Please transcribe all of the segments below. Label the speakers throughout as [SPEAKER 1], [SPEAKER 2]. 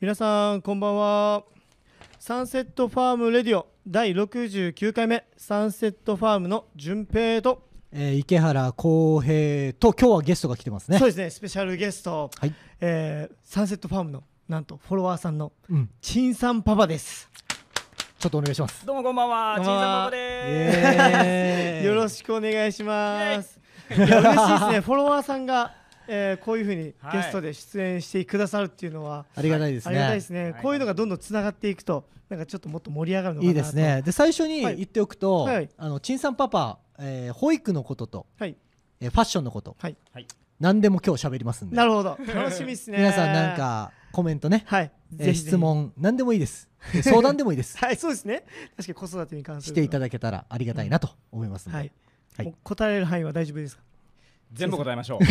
[SPEAKER 1] 皆さんこんばんはサンセットファームレディオ第69回目サンセットファームの順平と、
[SPEAKER 2] えー池原浩平と今日はゲストが来てますね
[SPEAKER 1] そうですねスペシャルゲスト、
[SPEAKER 2] はい
[SPEAKER 1] えーサンセットファームのなんとフォロワーさんの
[SPEAKER 2] うん、
[SPEAKER 1] 陳さんパパです、
[SPEAKER 2] ちょっとお願いします、
[SPEAKER 3] どうもこんばんは、
[SPEAKER 1] こ
[SPEAKER 3] ち
[SPEAKER 1] ん
[SPEAKER 3] ん
[SPEAKER 1] ばん
[SPEAKER 3] さん
[SPEAKER 1] は
[SPEAKER 3] パパです。
[SPEAKER 2] え
[SPEAKER 1] よろ
[SPEAKER 2] し
[SPEAKER 1] しくお願いしますいや嬉しいですねフォロワーさんが、えーこういうふうにゲストで出演してくださるっていうのは、
[SPEAKER 2] くありがたいです
[SPEAKER 1] あ
[SPEAKER 2] ね
[SPEAKER 1] りがたいですね、
[SPEAKER 3] はい
[SPEAKER 1] こういうのがどんどんつながっていくとなんかちょっともっと盛り上がるのか
[SPEAKER 2] い
[SPEAKER 1] ないと
[SPEAKER 2] ですねで最初に
[SPEAKER 1] はい
[SPEAKER 2] 言っておくと、
[SPEAKER 1] はい
[SPEAKER 2] あの陳さんパパ、えー保育のことと、
[SPEAKER 1] はい
[SPEAKER 2] えーファッションのこと
[SPEAKER 1] はい
[SPEAKER 2] 何でも今日喋りますんで
[SPEAKER 1] なるほど楽しみですね
[SPEAKER 2] 皆さんなんかコメントね、
[SPEAKER 1] はい、
[SPEAKER 2] えー
[SPEAKER 1] ぜひぜひ
[SPEAKER 2] 質問何でもいいですえー相談でもいい です
[SPEAKER 1] はいそうですね確かに子育てに関する
[SPEAKER 2] していた
[SPEAKER 1] だ
[SPEAKER 2] だけたらありがたいなと思いますので、
[SPEAKER 1] はい、
[SPEAKER 2] はい
[SPEAKER 1] もう答える範囲は大丈夫ですか
[SPEAKER 3] 全部答えましょう。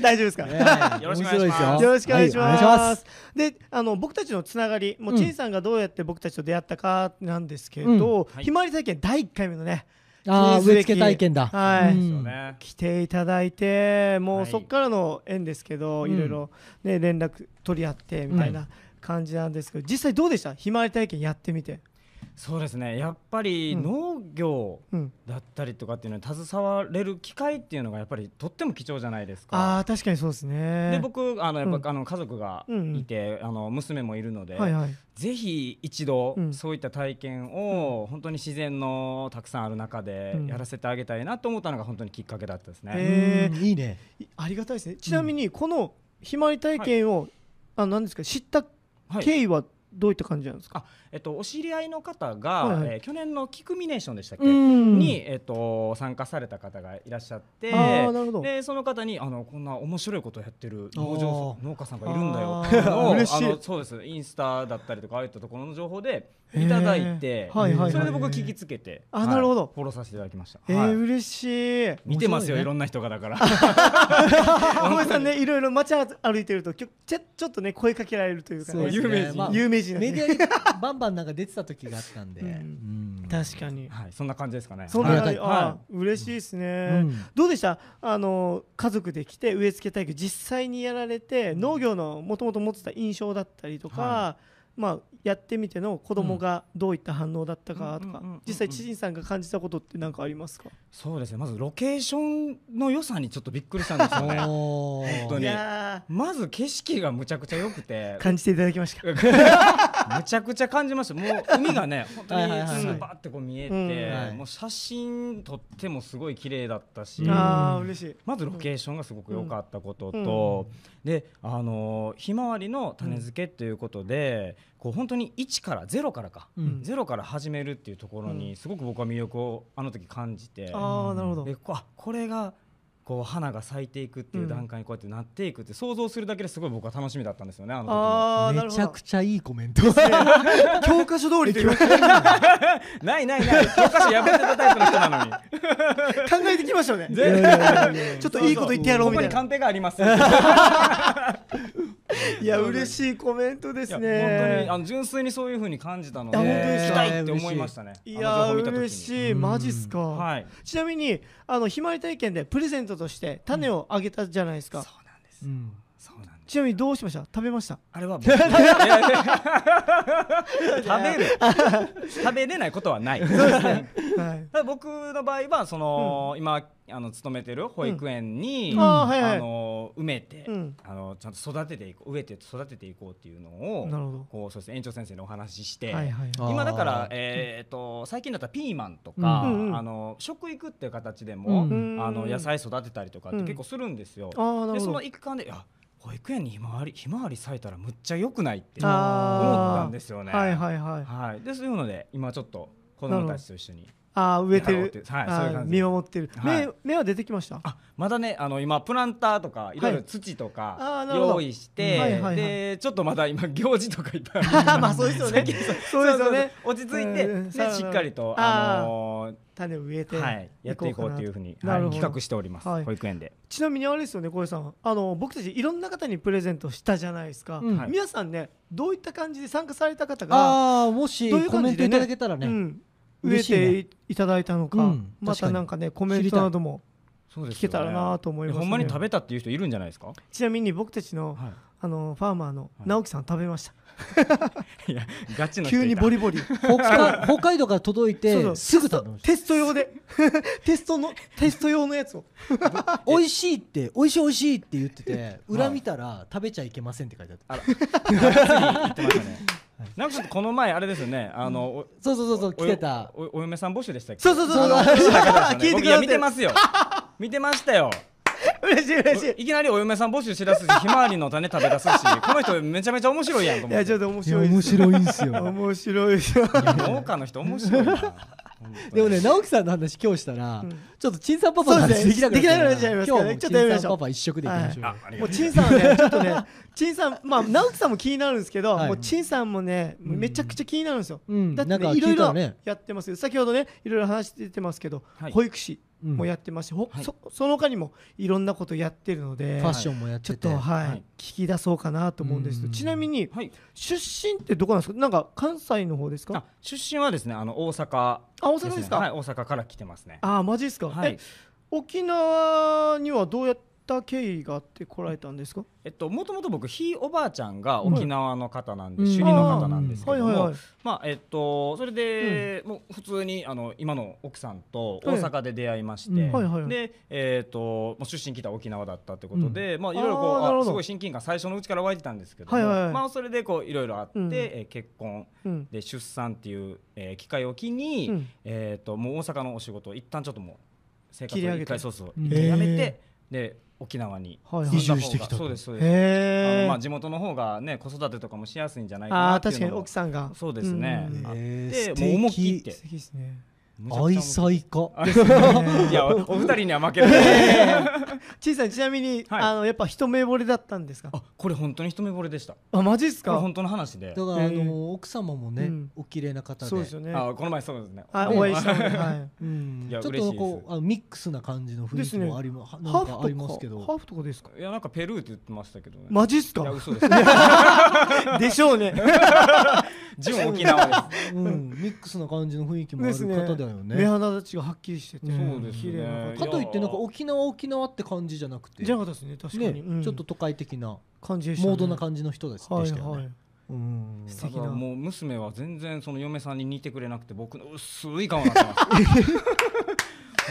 [SPEAKER 1] 大丈夫ですか、
[SPEAKER 2] ねえ
[SPEAKER 3] よろしくお願いしま
[SPEAKER 2] 面白
[SPEAKER 3] す
[SPEAKER 1] よろしくお願いします,、
[SPEAKER 2] はいお願いします
[SPEAKER 1] であの僕たちのつながりもう
[SPEAKER 2] うん
[SPEAKER 1] 陳さんがどうやって僕たちと出会ったかなんですけど、
[SPEAKER 3] はい
[SPEAKER 1] ひまわり体験第1回目のね
[SPEAKER 2] あー
[SPEAKER 1] 記念すべき
[SPEAKER 2] 植え付け体験だ
[SPEAKER 1] はい
[SPEAKER 2] うん
[SPEAKER 3] ですよね。
[SPEAKER 1] 来ていただいても
[SPEAKER 3] は
[SPEAKER 1] う
[SPEAKER 3] い
[SPEAKER 1] そこからの縁ですけど、
[SPEAKER 2] う
[SPEAKER 1] い、
[SPEAKER 2] ん
[SPEAKER 1] ろいろ、ね、連絡取り合ってみたいな感じなんですけど、実際どうでしたひまわり体験やってみて、
[SPEAKER 3] そうですね。やっぱり
[SPEAKER 1] うん
[SPEAKER 3] 農業
[SPEAKER 1] うん、
[SPEAKER 3] だったりとかっていうのに携われる機会っていうのがやっぱりとっても貴重じゃないです
[SPEAKER 1] あ
[SPEAKER 3] か。
[SPEAKER 1] あ確かにそうですね
[SPEAKER 3] で僕あのやっぱ、
[SPEAKER 1] うん
[SPEAKER 3] あの家族がいて、あの娘もいるので、
[SPEAKER 1] はいはい
[SPEAKER 3] ぜひ一度
[SPEAKER 1] うん
[SPEAKER 3] そういった体験を本当に自然のたくさんある中で
[SPEAKER 1] うん
[SPEAKER 3] やらせてあげたいなと思ったのが本当にきっかけだったですね。
[SPEAKER 1] へえ
[SPEAKER 2] うんいいね
[SPEAKER 1] いありがたいですねちなみにこのひまわり体験を、あなんですか知った
[SPEAKER 3] はい
[SPEAKER 1] 経緯はどういった感じなんですか、
[SPEAKER 3] えっと、お知り合いの方が、
[SPEAKER 1] はいはい
[SPEAKER 3] えー去年のキクミネーションでしたっけ、
[SPEAKER 1] うん
[SPEAKER 3] に、えっと、参加された方がいらっしゃって
[SPEAKER 1] ああなるほど
[SPEAKER 3] でその方にあのこんな面白いことをやってる農場
[SPEAKER 2] あー
[SPEAKER 3] 農家さんがいるんだよ
[SPEAKER 1] あー
[SPEAKER 3] っていうのを
[SPEAKER 1] 嬉しい
[SPEAKER 3] あのそうですインスタだったりとかああいったところの情報でいただい
[SPEAKER 1] へ
[SPEAKER 3] て、
[SPEAKER 1] ーはいはいはい
[SPEAKER 3] それで僕聞きつけて、
[SPEAKER 1] あなるほど
[SPEAKER 3] フォローさせていただきました、
[SPEAKER 1] えー
[SPEAKER 3] はい
[SPEAKER 1] 嬉 しい
[SPEAKER 3] 見てます
[SPEAKER 2] 面白い
[SPEAKER 3] よ、
[SPEAKER 2] ね
[SPEAKER 3] いろんな人がだから
[SPEAKER 1] 小林さんねいろいろ街歩いてるときょちょちょっとね声かけられるというか、ね
[SPEAKER 3] そうです有名人
[SPEAKER 2] まあ
[SPEAKER 1] 有名人だね
[SPEAKER 2] メディアにバンバンなんか出てた時があったんで、
[SPEAKER 1] うん
[SPEAKER 2] うん
[SPEAKER 1] 確かに、
[SPEAKER 3] はい、そんな感じですかね
[SPEAKER 1] そん
[SPEAKER 2] あ
[SPEAKER 1] な
[SPEAKER 2] りが
[SPEAKER 1] 感
[SPEAKER 2] たい
[SPEAKER 1] じ、あ
[SPEAKER 3] は
[SPEAKER 1] ー嬉しいですね、
[SPEAKER 2] うん
[SPEAKER 1] どうでしたあの家族で来て植え付け体育実際にやられて農業のもともと持ってた印象だったりとか、
[SPEAKER 3] は
[SPEAKER 1] まあ、やってみての子供がどういった反応だったかとか、
[SPEAKER 3] うんうんうんうんうん
[SPEAKER 1] 実際知人さんが感じたことって何かありますか、
[SPEAKER 3] そうですねまずロケーションの良さにちょっとびっくりしたんです よね
[SPEAKER 2] おー
[SPEAKER 3] 本当
[SPEAKER 1] い
[SPEAKER 3] に
[SPEAKER 1] や
[SPEAKER 3] まず景色がむちゃくちゃ良くて
[SPEAKER 1] ー感じていただきました
[SPEAKER 3] むちゃくちゃ感じましたも う海がね本当に
[SPEAKER 2] はいはいはい
[SPEAKER 3] スーパーってこう見え
[SPEAKER 1] うん
[SPEAKER 2] はい
[SPEAKER 3] てもう写真撮ってもすごい綺麗だったし
[SPEAKER 2] うん
[SPEAKER 1] あー嬉しい
[SPEAKER 3] まずロケーションがすごく良かったこととであのーひまわりの種付けということでこう本当に1から0からか
[SPEAKER 2] うん
[SPEAKER 3] 0から始めるっていうところにすごく僕は魅力をあの時感じて
[SPEAKER 1] ああなるほど
[SPEAKER 3] でこあこれがこう花が咲いていくっていう段階にこうやってなっていくって想像するだけですごい僕は楽しみだったんですよねあの時も。
[SPEAKER 1] ああなる
[SPEAKER 2] め
[SPEAKER 1] ほ
[SPEAKER 2] ちゃ
[SPEAKER 1] ど
[SPEAKER 2] くちゃいいコメント
[SPEAKER 1] 教科書通りというか 考
[SPEAKER 3] ないないない教科書破ってたタイプの人なのに
[SPEAKER 1] えてきましたよね
[SPEAKER 2] いやいやいやいや
[SPEAKER 1] ちょっといいこと言ってやろう
[SPEAKER 3] こ
[SPEAKER 1] み
[SPEAKER 3] こ
[SPEAKER 1] た
[SPEAKER 3] に
[SPEAKER 1] いな
[SPEAKER 3] カンペがあります
[SPEAKER 1] いや嬉しいコメントで
[SPEAKER 3] いや
[SPEAKER 1] す
[SPEAKER 3] 本当
[SPEAKER 1] ね
[SPEAKER 3] にあの純粋にそういう風に感じたので
[SPEAKER 1] いや本当です
[SPEAKER 3] 行き
[SPEAKER 1] か
[SPEAKER 3] たいって思いましたね
[SPEAKER 1] いや
[SPEAKER 3] あの情報見た時に
[SPEAKER 1] 嬉しいマジっすか、
[SPEAKER 3] はい
[SPEAKER 1] ちなみにあのひまわり体験でプレゼントとして種をあげたじゃないですか、
[SPEAKER 3] そうなんです
[SPEAKER 2] うん
[SPEAKER 3] そうなんです
[SPEAKER 1] ちなみにどうしました食べました
[SPEAKER 3] あれは僕いやいや食べる食べれないことはない
[SPEAKER 1] はい
[SPEAKER 3] ただ僕の場合はその、今あの勤めてる保育園に、
[SPEAKER 1] うんあーはいはい
[SPEAKER 3] あの埋めて、
[SPEAKER 1] うん
[SPEAKER 3] あのちゃんと育てていこう植えて育てていこうっていうのを
[SPEAKER 1] なるほど
[SPEAKER 3] こうそうですね園長先生にお話しして、
[SPEAKER 1] はいはい
[SPEAKER 2] あー
[SPEAKER 3] 今だから、えー、と最近だったらピーマンとか、
[SPEAKER 1] うんうんうん
[SPEAKER 3] あの食育っていう形でも、
[SPEAKER 2] うん
[SPEAKER 3] あの野菜育てたりとかって
[SPEAKER 1] うん
[SPEAKER 3] 結構するんですよ。
[SPEAKER 1] あーな
[SPEAKER 3] で
[SPEAKER 1] る
[SPEAKER 3] そ
[SPEAKER 1] ほ
[SPEAKER 3] の
[SPEAKER 1] ど
[SPEAKER 3] 一環でいや保育園にひまわりひまわり咲いたらむっちゃ良くないって思っ
[SPEAKER 1] あー
[SPEAKER 3] たんですよね。
[SPEAKER 1] はいはいはい
[SPEAKER 3] はい、でそういうので今ちょっと子供たちと一緒に
[SPEAKER 1] あー植えて
[SPEAKER 3] やろうっ
[SPEAKER 1] る
[SPEAKER 3] ていうは
[SPEAKER 1] あ
[SPEAKER 3] い
[SPEAKER 1] ー
[SPEAKER 3] そういう感じ
[SPEAKER 1] 見守ってる、
[SPEAKER 3] はい
[SPEAKER 1] 目目は出てきました
[SPEAKER 3] あまだねあの今プランターとかいろいろ土と
[SPEAKER 1] あー
[SPEAKER 3] か
[SPEAKER 1] なるほど
[SPEAKER 3] 用意して、
[SPEAKER 1] はいはいはい
[SPEAKER 3] でちょっとまだ今行事とかいっぱいあ る
[SPEAKER 1] まあそうですよねそうですよね
[SPEAKER 3] 落ち着いて、
[SPEAKER 1] う
[SPEAKER 3] ね
[SPEAKER 1] ん
[SPEAKER 3] し
[SPEAKER 1] そうそう
[SPEAKER 3] っかりと
[SPEAKER 1] あー
[SPEAKER 3] あの
[SPEAKER 1] 種を植えて、
[SPEAKER 3] ーはいやっていこうっていうふうに、は
[SPEAKER 1] ないるほど
[SPEAKER 3] 企画しております、
[SPEAKER 1] はい
[SPEAKER 3] 保育園で
[SPEAKER 1] ちなみにあれですよね小林さんあの僕たちいろんな方にプレゼントしたじゃないですか、
[SPEAKER 2] うん
[SPEAKER 3] はい
[SPEAKER 1] 皆さんねどういった感じで参加された方が
[SPEAKER 2] ああもし
[SPEAKER 1] どういう
[SPEAKER 2] コ
[SPEAKER 1] 感
[SPEAKER 2] メ
[SPEAKER 1] じ
[SPEAKER 2] ント
[SPEAKER 1] で
[SPEAKER 2] い
[SPEAKER 1] ね
[SPEAKER 2] ただけたら
[SPEAKER 1] う
[SPEAKER 2] ね
[SPEAKER 1] ん、植え
[SPEAKER 2] 嬉しいね
[SPEAKER 1] ていただいたのか,、
[SPEAKER 2] うん
[SPEAKER 1] ま
[SPEAKER 2] 確か
[SPEAKER 1] た
[SPEAKER 2] に
[SPEAKER 1] なんかねコメントなども
[SPEAKER 3] そうですよね
[SPEAKER 1] 聞けたらなと思います、ね、
[SPEAKER 3] ほんまに食べたっていう人いるんじゃないですか、
[SPEAKER 1] ちなみに僕たちのあのファーマーの
[SPEAKER 3] はい
[SPEAKER 1] 直樹さん食べました、
[SPEAKER 3] い、やガチの人いた
[SPEAKER 1] 急にボリボリ
[SPEAKER 2] 北海北海道から届い
[SPEAKER 1] そうそ
[SPEAKER 2] て
[SPEAKER 1] う
[SPEAKER 2] すぐ食べまし
[SPEAKER 1] テスト用でテストのテスト用のやつを
[SPEAKER 2] た美味しいって美味しい美味しいって言ってて裏見たら食べちゃいけませんって書いてあった
[SPEAKER 3] 言ってました ねなんかちょっとこの前あれですよねあの、お
[SPEAKER 2] そうそうそうそう来てた
[SPEAKER 3] おおお嫁さん募集でしたっけ
[SPEAKER 1] そうそうそうそう
[SPEAKER 2] そ
[SPEAKER 1] 聞いてく
[SPEAKER 3] 僕い
[SPEAKER 1] だ
[SPEAKER 3] や
[SPEAKER 1] さっ
[SPEAKER 3] 見
[SPEAKER 1] て
[SPEAKER 3] てますよ見てましたよ
[SPEAKER 1] 嬉しい嬉しい
[SPEAKER 3] いきなりお嫁さん募集しだすしひまわりの種食べだすしこの人めちゃめちゃ面白いやんと
[SPEAKER 1] い
[SPEAKER 3] 思
[SPEAKER 1] や
[SPEAKER 3] って
[SPEAKER 1] ちょっと面白いです
[SPEAKER 2] 白いんす
[SPEAKER 1] 面白いですよ
[SPEAKER 3] いや農家の人面白いな本当に
[SPEAKER 2] でもね直樹さんの話今日したら、
[SPEAKER 1] うん
[SPEAKER 2] ちょっと陳さんパパの
[SPEAKER 1] そ
[SPEAKER 2] 話
[SPEAKER 1] うで
[SPEAKER 2] です
[SPEAKER 1] ね
[SPEAKER 2] きなくなっちゃうから
[SPEAKER 1] できなくなっちゃいます
[SPEAKER 2] 今
[SPEAKER 1] からね
[SPEAKER 2] 日はもう
[SPEAKER 1] ちょっとやめまし
[SPEAKER 2] 陳さ
[SPEAKER 1] ょ
[SPEAKER 2] ん
[SPEAKER 1] う
[SPEAKER 2] パパ一色でいきましょうよ、
[SPEAKER 3] ああり
[SPEAKER 1] も
[SPEAKER 3] が
[SPEAKER 1] う
[SPEAKER 3] と
[SPEAKER 1] 陳さんはねちょっとね陳さんまあ直樹さんも気になるんですけど、
[SPEAKER 2] はい
[SPEAKER 1] もう陳さんもねめちゃくちゃ気になるんですよ、
[SPEAKER 2] うん
[SPEAKER 1] だって
[SPEAKER 2] なんか
[SPEAKER 1] ね
[SPEAKER 2] 聞
[SPEAKER 1] い
[SPEAKER 2] いた
[SPEAKER 1] ろいろ
[SPEAKER 2] ね
[SPEAKER 1] やってますよ先ほどねいろいろ話してますけど、
[SPEAKER 3] はい
[SPEAKER 1] 保育士
[SPEAKER 2] うん
[SPEAKER 1] もやってますし、ほ
[SPEAKER 3] はい
[SPEAKER 1] そその他にもいろんなことやってるので、
[SPEAKER 2] ファッションもやっ
[SPEAKER 1] ちょ
[SPEAKER 2] て
[SPEAKER 1] ってとはい、
[SPEAKER 3] はい
[SPEAKER 1] 聞き出そうかなと思うんですけど
[SPEAKER 2] うん
[SPEAKER 1] ちなみに
[SPEAKER 3] うはい
[SPEAKER 1] 出身ってどこなんですかなんか関西の方ですか
[SPEAKER 3] あ出身はですねあの大阪
[SPEAKER 1] あ大
[SPEAKER 3] 大
[SPEAKER 1] 阪ですか
[SPEAKER 3] はい大阪から来てますね
[SPEAKER 1] あマジですか、
[SPEAKER 3] は
[SPEAKER 1] え
[SPEAKER 3] い
[SPEAKER 1] 沖縄にはどうやった経緯があって来られたんですか
[SPEAKER 3] えっともともと僕ひいおばあちゃんが
[SPEAKER 2] うん
[SPEAKER 3] 沖縄の方なんで、
[SPEAKER 2] うん
[SPEAKER 3] 主義の方なんですけ
[SPEAKER 1] はい
[SPEAKER 3] ど
[SPEAKER 1] はいは
[SPEAKER 3] も
[SPEAKER 1] い
[SPEAKER 3] まあえっとそれで、もう普通にあの今の奥さんと大阪で出会いまして、
[SPEAKER 2] うん
[SPEAKER 1] はいはいはい
[SPEAKER 3] でえっともう出身来た沖縄だったってことで、まあいろい
[SPEAKER 1] あーなる
[SPEAKER 3] ろこう
[SPEAKER 1] ほ
[SPEAKER 3] あ
[SPEAKER 1] ど
[SPEAKER 3] すごい親近感最初のうちから湧いてたんですけども、
[SPEAKER 1] はいはいはい
[SPEAKER 3] まあそれでこういろいろあって、
[SPEAKER 1] うん
[SPEAKER 3] えー結婚
[SPEAKER 1] うん
[SPEAKER 3] で出産っていう、えー機会を機に、
[SPEAKER 1] うん
[SPEAKER 3] えー、ともう大阪のお仕事を一旦ちょっともう生活
[SPEAKER 1] 切り
[SPEAKER 3] を
[SPEAKER 1] 上げ
[SPEAKER 3] 一
[SPEAKER 1] て
[SPEAKER 3] 回そうそう
[SPEAKER 2] うん
[SPEAKER 3] 一回やめて、で沖縄に
[SPEAKER 1] はいはい
[SPEAKER 2] 移住してきた
[SPEAKER 3] そうですそうです、あ
[SPEAKER 1] へ
[SPEAKER 3] の
[SPEAKER 1] え
[SPEAKER 3] まあ、地元の方がね子育てとかもしやすいんじゃないか
[SPEAKER 1] あ
[SPEAKER 3] な
[SPEAKER 1] あ
[SPEAKER 3] ってい
[SPEAKER 1] 確
[SPEAKER 3] う
[SPEAKER 1] かに
[SPEAKER 3] のも
[SPEAKER 1] 奥さんが
[SPEAKER 3] そうですね
[SPEAKER 1] うん、
[SPEAKER 3] あ
[SPEAKER 2] え
[SPEAKER 3] で
[SPEAKER 2] ー
[SPEAKER 3] もう思いっきりっ
[SPEAKER 1] 素
[SPEAKER 3] て
[SPEAKER 1] 敵です ね
[SPEAKER 3] むちゃく
[SPEAKER 2] 愛
[SPEAKER 3] ちゃ思う
[SPEAKER 2] 妻家
[SPEAKER 3] あいやおお二人には負けない
[SPEAKER 1] ちいさんちなみに、
[SPEAKER 3] はい
[SPEAKER 1] あのやっぱ一目惚れだったんですか
[SPEAKER 3] あこれ本当に一目惚れでした
[SPEAKER 1] あマジっす
[SPEAKER 3] これ
[SPEAKER 1] か
[SPEAKER 3] 本当の話
[SPEAKER 2] だ
[SPEAKER 3] で
[SPEAKER 2] からあ
[SPEAKER 1] えー
[SPEAKER 2] の奥様もね、
[SPEAKER 1] うん
[SPEAKER 2] お綺麗な方で
[SPEAKER 1] そうですよねは
[SPEAKER 3] あこの前そうですね
[SPEAKER 1] いお会いしたので、はい
[SPEAKER 2] うん
[SPEAKER 3] い
[SPEAKER 2] ちょ
[SPEAKER 3] や
[SPEAKER 2] っと
[SPEAKER 3] 嬉しいです
[SPEAKER 2] こうあのミックスな感じの雰囲気もありまは
[SPEAKER 1] ハ
[SPEAKER 2] な
[SPEAKER 1] ーフ
[SPEAKER 2] ん
[SPEAKER 1] と
[SPEAKER 2] か
[SPEAKER 1] か
[SPEAKER 2] ありますけど
[SPEAKER 1] ハーフとかですか
[SPEAKER 3] いやなんかペルーって言ってましたけどね、
[SPEAKER 1] マジっす
[SPEAKER 3] い
[SPEAKER 1] か
[SPEAKER 3] や 嘘です
[SPEAKER 1] でしょうね
[SPEAKER 3] 純沖縄です
[SPEAKER 2] うん、ミックスな感じの雰囲気もあ
[SPEAKER 1] で
[SPEAKER 2] る
[SPEAKER 1] すね
[SPEAKER 2] 方だよね
[SPEAKER 1] 目鼻立ちがはっきりしてて
[SPEAKER 3] そうですね
[SPEAKER 1] 綺麗な方
[SPEAKER 2] かといってなんか
[SPEAKER 3] いや
[SPEAKER 2] 沖縄沖縄って感じじゃなくて
[SPEAKER 1] じゃなかったですね確か
[SPEAKER 2] ね
[SPEAKER 1] に、うん
[SPEAKER 2] ちょっと都会的な
[SPEAKER 1] 感じでしたね
[SPEAKER 2] モードな感じの人たちでしたよね、
[SPEAKER 1] はいはい
[SPEAKER 2] うん
[SPEAKER 1] 素
[SPEAKER 3] だ
[SPEAKER 1] 敵
[SPEAKER 3] から
[SPEAKER 1] な
[SPEAKER 3] もう娘は全然その嫁さんに似てくれなくて僕の薄い顔になってます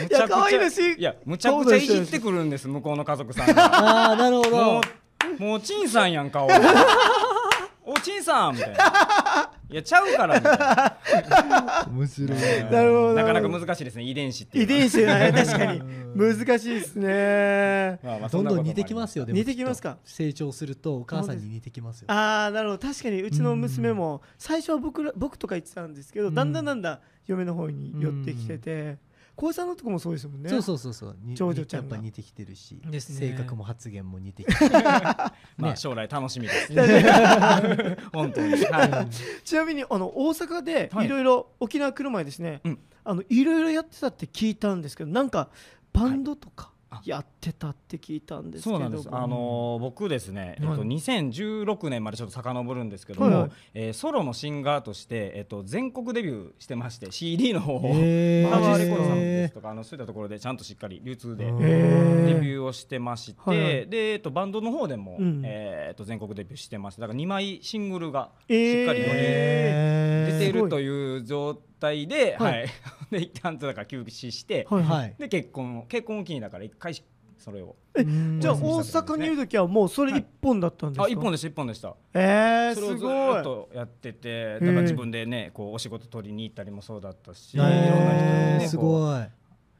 [SPEAKER 3] むちゃ くちゃ
[SPEAKER 1] いや可愛いです
[SPEAKER 3] いやむちゃくちゃいじってくるんです向こうの家族さ んが
[SPEAKER 2] ああなるほ
[SPEAKER 3] も
[SPEAKER 2] ど
[SPEAKER 3] うもう陳さんやん顔お陳さんみたいないやちゃうからみたいな
[SPEAKER 2] 面白
[SPEAKER 1] なるほど
[SPEAKER 3] なかなか難しいですね遺伝子っていう
[SPEAKER 1] 遺
[SPEAKER 3] のは
[SPEAKER 1] 伝子だね確かに難しいですね
[SPEAKER 3] まあまあそ
[SPEAKER 2] どん
[SPEAKER 3] な
[SPEAKER 2] どん
[SPEAKER 3] こともあ
[SPEAKER 2] 似
[SPEAKER 3] り
[SPEAKER 2] てきますよでも
[SPEAKER 1] 似てきますか
[SPEAKER 2] きっと成長するとお母さんに似てきますよ
[SPEAKER 1] ああなるほど確かにうちの娘も最初は僕ら僕とか言ってたんですけど
[SPEAKER 2] うん
[SPEAKER 1] だんだんだんだん嫁の方に寄ってきてて高三のとこもそうですもんね
[SPEAKER 2] そうそうそうそうに
[SPEAKER 1] 長女ちゃん
[SPEAKER 2] やっ
[SPEAKER 1] が
[SPEAKER 2] ぱ似てきてるし、
[SPEAKER 1] ですね
[SPEAKER 2] 性格も発言も似てきてる
[SPEAKER 3] まあ
[SPEAKER 2] ね
[SPEAKER 3] 将来楽しみです 本当にはい
[SPEAKER 1] ちなみにあの大阪で
[SPEAKER 3] はい
[SPEAKER 1] いろいろ沖縄来る前ですね
[SPEAKER 3] うん
[SPEAKER 1] あのいろいろやってたって聞いたんですけどなんかバンドとか
[SPEAKER 3] はいあ
[SPEAKER 1] やってたって聞いたんですけ
[SPEAKER 3] そう
[SPEAKER 1] ど
[SPEAKER 3] なんです。あのー僕ですね、えっ
[SPEAKER 1] はい
[SPEAKER 3] と2016年までちょっと遡るんですけども、
[SPEAKER 1] はいはい
[SPEAKER 3] えーソロのシンガーとしてえっと全国デビューしてまして CD の方を、
[SPEAKER 2] へ
[SPEAKER 3] タワー
[SPEAKER 1] マジっす
[SPEAKER 3] レ
[SPEAKER 1] か
[SPEAKER 3] コードさんですとかあのそういったところでちゃんとしっかり流通で。
[SPEAKER 2] うん
[SPEAKER 1] へ
[SPEAKER 3] デビュ
[SPEAKER 1] え
[SPEAKER 3] ーをしてまして、
[SPEAKER 1] はいはい
[SPEAKER 3] で、えっと、バンドの方でも、
[SPEAKER 1] うん
[SPEAKER 3] えーっと全国デビューしてましてだから2枚シングルが
[SPEAKER 1] えー
[SPEAKER 3] しっかり世に
[SPEAKER 1] え
[SPEAKER 3] 出てい
[SPEAKER 1] すご
[SPEAKER 3] る
[SPEAKER 1] い
[SPEAKER 3] という状態で、
[SPEAKER 1] は
[SPEAKER 3] はいい で一旦だから休止して、
[SPEAKER 1] はいは
[SPEAKER 2] はいい
[SPEAKER 3] で結婚結婚を機にだから一回しそれを
[SPEAKER 1] え
[SPEAKER 2] うん
[SPEAKER 1] じゃあ大阪にいる時はもうそれ一本だったんですか
[SPEAKER 3] あ一本でした一本でした
[SPEAKER 1] えー
[SPEAKER 3] それを
[SPEAKER 1] す
[SPEAKER 3] ずーっ
[SPEAKER 1] ごい
[SPEAKER 3] とやってて
[SPEAKER 1] ー
[SPEAKER 3] だから自分でねこうお仕事取りに行ったりもそうだったしい
[SPEAKER 1] へ
[SPEAKER 3] ろんな
[SPEAKER 1] ー
[SPEAKER 3] 人に
[SPEAKER 2] えー
[SPEAKER 3] ね
[SPEAKER 2] す
[SPEAKER 3] こう
[SPEAKER 2] ごい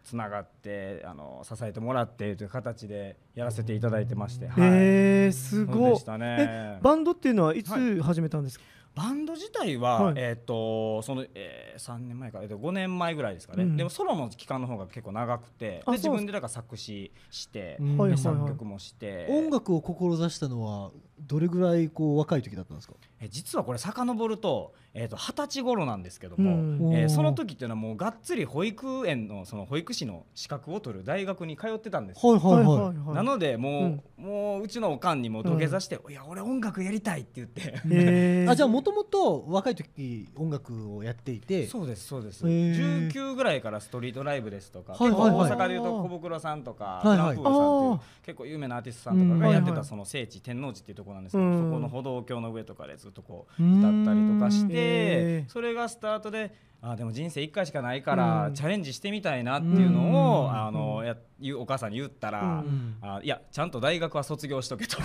[SPEAKER 3] つながってあの支えてもらってという形でやらせていただいてましてはい
[SPEAKER 1] えーす
[SPEAKER 3] そう
[SPEAKER 1] ご
[SPEAKER 3] で
[SPEAKER 1] い
[SPEAKER 3] したね
[SPEAKER 1] えバンドっていうのはい
[SPEAKER 3] は
[SPEAKER 1] つ始めたんですか
[SPEAKER 3] バンド自体は、
[SPEAKER 1] はい
[SPEAKER 3] えっ、とその、えー、3年前から、えー、と5年前ぐらいですかね、
[SPEAKER 1] うん
[SPEAKER 3] でもソロの期間の方が結構長くて
[SPEAKER 1] あそ
[SPEAKER 3] で自
[SPEAKER 1] う
[SPEAKER 3] 分でだから作詞して、
[SPEAKER 2] うん
[SPEAKER 1] はい
[SPEAKER 3] で
[SPEAKER 1] はい
[SPEAKER 3] 作曲もして、
[SPEAKER 2] 音楽を志したのはどれぐらいこう若い時だったんですか
[SPEAKER 3] えー実はこれ遡るとえーと二十、歳頃なんですけども、
[SPEAKER 1] うん
[SPEAKER 3] えー
[SPEAKER 2] おー
[SPEAKER 3] その時っていうのはもうがっつり保育園のその保育士の資格を取る大学に通ってたんですよ
[SPEAKER 2] はいはいはい、
[SPEAKER 1] い
[SPEAKER 3] なのでもう、
[SPEAKER 1] うん
[SPEAKER 3] もううちのおかんにも土下座して「いや俺音楽やりたい」って言って、
[SPEAKER 1] えー
[SPEAKER 2] あじゃあももともと若い時音楽をやっていて
[SPEAKER 3] そうですそうです
[SPEAKER 1] へー
[SPEAKER 3] 19ぐらいからストリートライブですとか、
[SPEAKER 2] はいはいはい
[SPEAKER 3] 結構大阪でいうと小袋さんとか
[SPEAKER 2] は
[SPEAKER 3] ト
[SPEAKER 2] い
[SPEAKER 3] ラ
[SPEAKER 2] は
[SPEAKER 3] ン
[SPEAKER 2] い
[SPEAKER 3] プーさん
[SPEAKER 1] あ
[SPEAKER 3] っていう結構有名なアーティストさんとかがやって
[SPEAKER 1] うんはいは
[SPEAKER 3] た
[SPEAKER 1] い
[SPEAKER 3] その聖地天王寺っていうところなんですけど、
[SPEAKER 1] うん
[SPEAKER 3] そこの歩道橋の上とかでずっとこう
[SPEAKER 2] うん
[SPEAKER 3] 歌ったりとかし
[SPEAKER 1] へ
[SPEAKER 3] て
[SPEAKER 1] ー
[SPEAKER 3] それがスタートで。あでも人生1回しかないから
[SPEAKER 1] うん
[SPEAKER 3] チャレンジしてみたいなっていうのを、
[SPEAKER 1] うん
[SPEAKER 3] あのや言うお母さんに言ったら、
[SPEAKER 1] うん
[SPEAKER 3] あいやちゃんと大学は卒業しとけと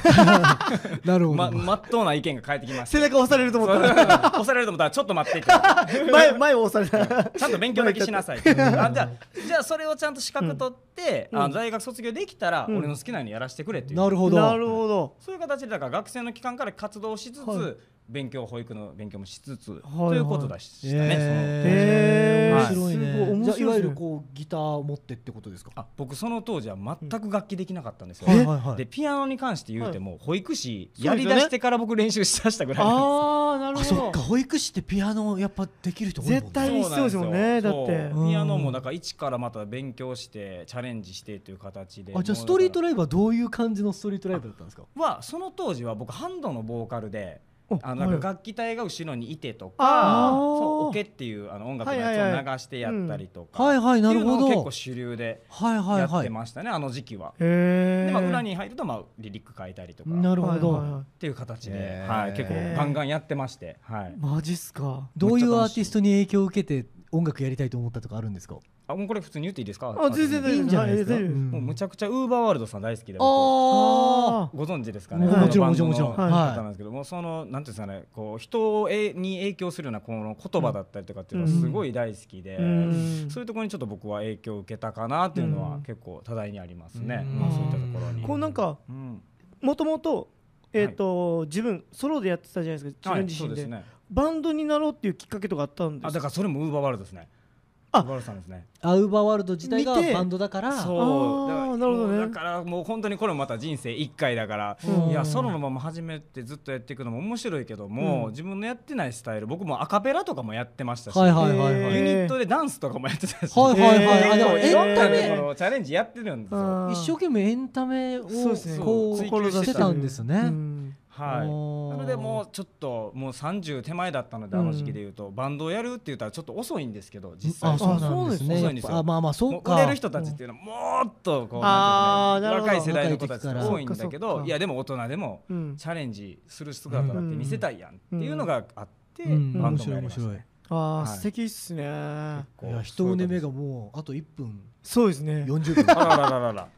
[SPEAKER 2] なるほど、
[SPEAKER 3] ままっとうな意見が返ってきまし
[SPEAKER 1] 背
[SPEAKER 3] た
[SPEAKER 1] 中押されると思っ
[SPEAKER 3] 押されると思ったらちょっと待ってって
[SPEAKER 1] た前前を押された
[SPEAKER 3] ちゃんと勉強だけしなさいあじゃあじゃあそれをちゃんと資格取って、
[SPEAKER 1] うん
[SPEAKER 3] あの大学卒業できたら、
[SPEAKER 1] うん
[SPEAKER 3] 俺の好きなようにやらせてくれっていう
[SPEAKER 2] なるほど
[SPEAKER 1] なるほど
[SPEAKER 3] そういう形でだから学生の期間から活動しつつ、
[SPEAKER 1] はい
[SPEAKER 3] 勉強保育の勉強もしつつ、
[SPEAKER 1] はい
[SPEAKER 3] ということでしたね、
[SPEAKER 2] へー
[SPEAKER 3] ー
[SPEAKER 2] 面白いね、
[SPEAKER 1] はい
[SPEAKER 2] じゃあ
[SPEAKER 1] す
[SPEAKER 2] い
[SPEAKER 1] ごい面白いですね
[SPEAKER 2] わゆるこうギターを持ってってことですか
[SPEAKER 3] そのあ僕その当時は全く楽器できなかったんですよ、
[SPEAKER 2] はいはいはい
[SPEAKER 3] でピアノに関して言うても、保育士
[SPEAKER 1] そうですよ
[SPEAKER 3] や
[SPEAKER 1] ね
[SPEAKER 3] りだしてから僕練習しだしたぐらいなんです
[SPEAKER 1] ああなる
[SPEAKER 2] あそ
[SPEAKER 1] ほ
[SPEAKER 2] っか
[SPEAKER 1] ど
[SPEAKER 2] 保育士ってピアノやっぱできる人多いもんね
[SPEAKER 1] 絶対に必要ですもんね
[SPEAKER 3] そうなんですよ
[SPEAKER 2] だって
[SPEAKER 3] そうピアノ
[SPEAKER 2] う
[SPEAKER 3] も
[SPEAKER 2] ん
[SPEAKER 3] だから一からまた勉強してチャレンジしてという形で
[SPEAKER 2] あじゃあストリート
[SPEAKER 3] も
[SPEAKER 2] ラ
[SPEAKER 3] うだか
[SPEAKER 2] イブはどういう感じのストリートライブだったんですから
[SPEAKER 3] はその当時は僕ハンドのボーカルであのなんか楽器隊が後ろにいてと
[SPEAKER 1] あー
[SPEAKER 3] かそうオケっていうあの音楽のやつを流してやったりとか、
[SPEAKER 2] はいはいな
[SPEAKER 3] ってい
[SPEAKER 2] る
[SPEAKER 3] うの
[SPEAKER 2] ほ
[SPEAKER 3] が結構
[SPEAKER 2] ど
[SPEAKER 3] 主流で
[SPEAKER 2] はいはい
[SPEAKER 3] やっ
[SPEAKER 2] は
[SPEAKER 3] て
[SPEAKER 2] い
[SPEAKER 3] ましたね、あの時期は。
[SPEAKER 1] へえ
[SPEAKER 3] でまあ、裏に入ると、まあ、リリック変えたりとか
[SPEAKER 2] な
[SPEAKER 3] っ
[SPEAKER 2] るほど、
[SPEAKER 3] ていう形で
[SPEAKER 2] へ、ー
[SPEAKER 3] はい、結構ガンガンやってまして、はい、
[SPEAKER 1] マジっすか
[SPEAKER 2] どういうアーティストに影響を受けて音楽やりたいと思ったとかあるんですか
[SPEAKER 3] あもうこれ普通に言っていいですか
[SPEAKER 1] あ全然
[SPEAKER 2] いいんじゃないですか、
[SPEAKER 1] はい
[SPEAKER 2] ん
[SPEAKER 3] もうむちゃくちゃウーバーワールドさん大好きで僕
[SPEAKER 2] あ
[SPEAKER 1] あ
[SPEAKER 3] ご存知ですかね
[SPEAKER 1] もう
[SPEAKER 3] あの
[SPEAKER 1] もちろ
[SPEAKER 2] ん
[SPEAKER 3] バンドの
[SPEAKER 2] もちろんもちろんはい
[SPEAKER 3] 方なんですけども、そのなんていうんですかねこう人をえに影響するようなこの言葉だったりとかっていうのは
[SPEAKER 1] うん
[SPEAKER 3] すごい大好きで、
[SPEAKER 1] うん
[SPEAKER 3] そういうところにちょっと僕は影響を受けたかなっていうの
[SPEAKER 1] う
[SPEAKER 3] は
[SPEAKER 1] ん
[SPEAKER 3] 結構多大にありますね、
[SPEAKER 2] うん
[SPEAKER 3] まあそういったところに。
[SPEAKER 1] こうなんか
[SPEAKER 3] うん
[SPEAKER 1] もともとえっと自分ソロでやってたじゃないですか自
[SPEAKER 3] は
[SPEAKER 1] 分
[SPEAKER 3] い、
[SPEAKER 1] 自
[SPEAKER 3] そう
[SPEAKER 1] 身
[SPEAKER 3] です
[SPEAKER 1] で
[SPEAKER 3] ね。
[SPEAKER 1] バンドになろうっていうきっかけとかあったんです
[SPEAKER 3] あ、だからそれもウーバーワールドですね。
[SPEAKER 1] あ
[SPEAKER 3] ウーバーワールドさんですね。
[SPEAKER 2] アウーバーワールド自体が
[SPEAKER 1] 見て
[SPEAKER 2] バンドだから
[SPEAKER 3] そう。
[SPEAKER 1] あ
[SPEAKER 3] だ
[SPEAKER 1] ー
[SPEAKER 3] から
[SPEAKER 1] なるほどね
[SPEAKER 3] もうだからもう本当にこれもまた人生一回だから、
[SPEAKER 1] うん
[SPEAKER 3] いやソロのまま始めてずっとやっていくのも面白いけども、
[SPEAKER 1] うん
[SPEAKER 3] 自分のやってないスタイル、僕もアカペラとかもやってましたし、
[SPEAKER 2] はいはいはいはい、
[SPEAKER 1] へ
[SPEAKER 3] ユ
[SPEAKER 1] ー
[SPEAKER 3] ニットでダンスとかもやってたし、
[SPEAKER 2] はいはいはい、あでも
[SPEAKER 1] えー
[SPEAKER 2] エ
[SPEAKER 3] いろん
[SPEAKER 2] ンタ
[SPEAKER 3] な
[SPEAKER 1] え
[SPEAKER 3] とこ
[SPEAKER 2] メ
[SPEAKER 1] ー
[SPEAKER 3] ろをチャレンジやってるんですよ。
[SPEAKER 1] あー
[SPEAKER 2] 一生懸命エンタメを
[SPEAKER 1] そうですね
[SPEAKER 2] こう
[SPEAKER 3] 追
[SPEAKER 2] 心
[SPEAKER 3] 求
[SPEAKER 2] してたんですね、
[SPEAKER 1] うん
[SPEAKER 3] はい。
[SPEAKER 2] おー
[SPEAKER 3] なのでもうちょっともう30手前だったのであの時期で言うと、バンドをやるって言ったらちょっと遅いんですけど実際
[SPEAKER 2] あそうなんですね
[SPEAKER 3] 遅いんですよ
[SPEAKER 2] あまあまあそう
[SPEAKER 3] もう
[SPEAKER 2] か
[SPEAKER 3] 売れる人たちっていうのはもっとこう
[SPEAKER 1] あー
[SPEAKER 3] なんていうの
[SPEAKER 1] な
[SPEAKER 3] 若
[SPEAKER 1] る
[SPEAKER 3] い
[SPEAKER 1] ほど
[SPEAKER 3] 世代の子たちが多いんだけ
[SPEAKER 1] そっかそっ
[SPEAKER 3] ど
[SPEAKER 1] か
[SPEAKER 3] いやでも大人でも
[SPEAKER 1] うん
[SPEAKER 3] チャレンジする姿だって見せたいやんっていうのがあ
[SPEAKER 2] うん
[SPEAKER 3] って、バン
[SPEAKER 2] 面
[SPEAKER 3] ドも
[SPEAKER 2] 白い
[SPEAKER 3] やり
[SPEAKER 2] 面
[SPEAKER 3] ました
[SPEAKER 2] 白い
[SPEAKER 3] ね
[SPEAKER 1] あ
[SPEAKER 3] は
[SPEAKER 1] あ
[SPEAKER 3] い
[SPEAKER 1] 素敵っすね
[SPEAKER 2] い
[SPEAKER 3] こ
[SPEAKER 2] や
[SPEAKER 3] う
[SPEAKER 2] 人の目
[SPEAKER 3] そ
[SPEAKER 2] がもうあと1分
[SPEAKER 1] そうですね
[SPEAKER 2] 40
[SPEAKER 3] ういうことですあ
[SPEAKER 2] 分
[SPEAKER 3] ららららら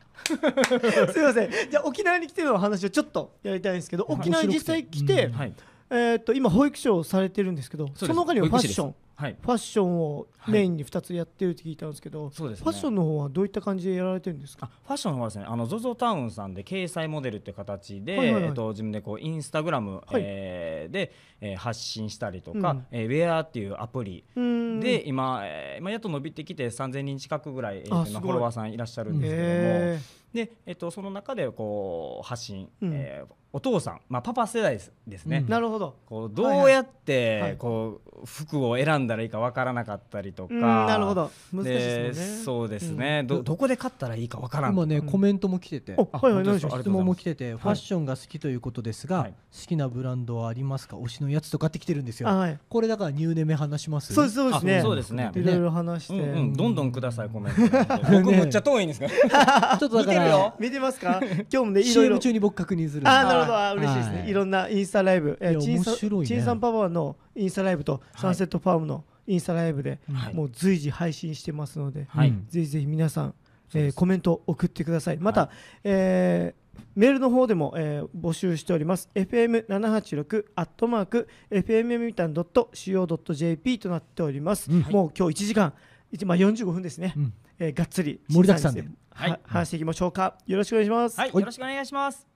[SPEAKER 1] すいませんじゃあ沖縄に来ての話をちょっとやりたいんですけど
[SPEAKER 2] はい
[SPEAKER 1] 沖縄に実際来て、
[SPEAKER 2] 面白くてうん
[SPEAKER 3] はい
[SPEAKER 1] えー、と今保育所をされてるんですけどそ
[SPEAKER 3] そうです
[SPEAKER 1] の他にはファッショ
[SPEAKER 3] 保
[SPEAKER 1] ン
[SPEAKER 3] 育はい
[SPEAKER 1] ファッションをメインに2つやってるって聞いたんですけど、
[SPEAKER 3] そうですね
[SPEAKER 1] ファッションの方はどういった感じでやられてるんです
[SPEAKER 3] あ
[SPEAKER 1] か
[SPEAKER 3] ファッションの方はですねあの ZOZO タウンさんで掲載モデルって形で、
[SPEAKER 1] はいはいはい
[SPEAKER 3] えっと、自分でこうインスタグラム、
[SPEAKER 1] はい
[SPEAKER 3] えーで、えー発信したりとか、
[SPEAKER 1] うん
[SPEAKER 3] えーウェアっていうアプリ
[SPEAKER 1] うーん
[SPEAKER 3] で今、えーまあ、やっと伸びてきて3000人近くぐらい、えーと
[SPEAKER 1] あ
[SPEAKER 3] 今
[SPEAKER 1] すごい
[SPEAKER 3] フォロワーさんいらっしゃるんですけども、
[SPEAKER 1] え
[SPEAKER 3] でえっとその中でこう発信、
[SPEAKER 1] うん
[SPEAKER 3] えーお父さん、まあ、パパ世代ですですね、
[SPEAKER 2] うん
[SPEAKER 1] ーなるほど
[SPEAKER 3] こうどうやっ
[SPEAKER 1] はいはい
[SPEAKER 3] てこう服を選んだらいいかわからなかったりと
[SPEAKER 1] う
[SPEAKER 3] か、
[SPEAKER 1] んなるほど難しい
[SPEAKER 3] で
[SPEAKER 1] ですよね
[SPEAKER 3] そうですね、どどこで買ったらいいかわからん
[SPEAKER 2] 今ね
[SPEAKER 1] ん
[SPEAKER 2] コメントも来てて
[SPEAKER 1] おはいはい何
[SPEAKER 3] 本当で
[SPEAKER 1] ですしょ
[SPEAKER 3] か
[SPEAKER 1] う
[SPEAKER 3] あ
[SPEAKER 2] 質
[SPEAKER 3] りがとうござい
[SPEAKER 2] 問
[SPEAKER 3] ます
[SPEAKER 2] も来ててファッションが好きということですが、
[SPEAKER 3] はい
[SPEAKER 2] 好きなブランドはありますか推しのやつとかって来てるんですよ、
[SPEAKER 1] あはい
[SPEAKER 2] これだからニューネメ話します
[SPEAKER 1] そうですそうですね
[SPEAKER 3] あそうですね
[SPEAKER 1] いろいろ話して、
[SPEAKER 3] うんうん、どんどんくださいコメント 僕むっちゃ遠いんですけど
[SPEAKER 2] ちょっとだか
[SPEAKER 1] 見てるよ
[SPEAKER 2] ら
[SPEAKER 1] 見てますか今日もねいろい
[SPEAKER 2] CM
[SPEAKER 1] ろ
[SPEAKER 2] 中に僕確認するんで
[SPEAKER 1] あーなるほどあー嬉しいですね、、
[SPEAKER 2] はいい
[SPEAKER 1] ろんなインスタライブ、え
[SPEAKER 2] いや
[SPEAKER 1] ー、チンサ
[SPEAKER 2] 面白いね
[SPEAKER 1] チンさんパパのインスタライブとサンセットファームのインスタライブで、
[SPEAKER 3] はい
[SPEAKER 1] もう随時配信してますので、
[SPEAKER 3] はい
[SPEAKER 2] うん
[SPEAKER 1] ぜひぜひ皆さん、
[SPEAKER 3] そう
[SPEAKER 1] え
[SPEAKER 3] で
[SPEAKER 1] ー
[SPEAKER 3] す
[SPEAKER 1] コメント送ってくださいまた、
[SPEAKER 3] はい
[SPEAKER 1] えーメールの方でも、えー募集しております fm786 アットマーク fm みたん .co.jp となっております、
[SPEAKER 2] うん
[SPEAKER 1] もう今日1時間一まあ45分ですね、
[SPEAKER 2] うん
[SPEAKER 1] えーがっつり
[SPEAKER 2] 盛りだくさんで
[SPEAKER 1] チンさん
[SPEAKER 3] はい
[SPEAKER 1] には話していきましょうかよろしくお願いします、
[SPEAKER 3] はいよろしくお願いします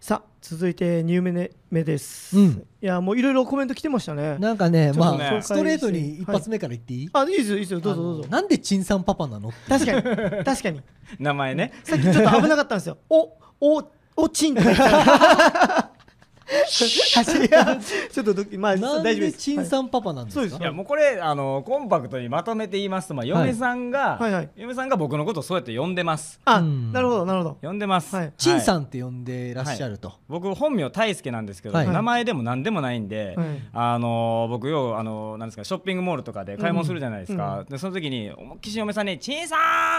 [SPEAKER 1] さあ続いて2名目です、
[SPEAKER 2] うん
[SPEAKER 1] いやもういろいろコメント来てましたね
[SPEAKER 2] なんかね
[SPEAKER 3] ちょっ
[SPEAKER 2] ま
[SPEAKER 3] とね
[SPEAKER 2] あストレートに一発目から言っていい、
[SPEAKER 1] あいいですよいいですよどうぞどう
[SPEAKER 2] あ
[SPEAKER 1] ぞ
[SPEAKER 2] のなんでチンさんパパなの
[SPEAKER 1] 確かに 確かに
[SPEAKER 3] 名前ね
[SPEAKER 1] さっきちょっと危なかったんですよおおおちんって言ったらいやちょっとどまあ
[SPEAKER 2] なん
[SPEAKER 1] 大丈夫で
[SPEAKER 2] ですチンさんパパなんですか
[SPEAKER 1] そうです
[SPEAKER 3] いやもうこれあのコンパクトにまとめて言いますと、まあ、嫁さんが、
[SPEAKER 1] はいはい
[SPEAKER 3] 嫁さんが僕のことをそうやって呼んでます
[SPEAKER 1] あ
[SPEAKER 2] うん
[SPEAKER 1] なるほどなるほど
[SPEAKER 3] 呼んでます、
[SPEAKER 1] はい
[SPEAKER 2] チン
[SPEAKER 3] ん
[SPEAKER 2] さんって呼んでらっしゃると、
[SPEAKER 3] 僕本名大輔なんですけど、
[SPEAKER 2] はい
[SPEAKER 3] 名前でも何でもないんで、
[SPEAKER 1] はい
[SPEAKER 3] あの僕ようあのなんですかショッピングモールとかで買い物するじゃないです
[SPEAKER 1] うん
[SPEAKER 3] か、
[SPEAKER 1] うん
[SPEAKER 3] でその時に思いっきし嫁さんに「ちんさ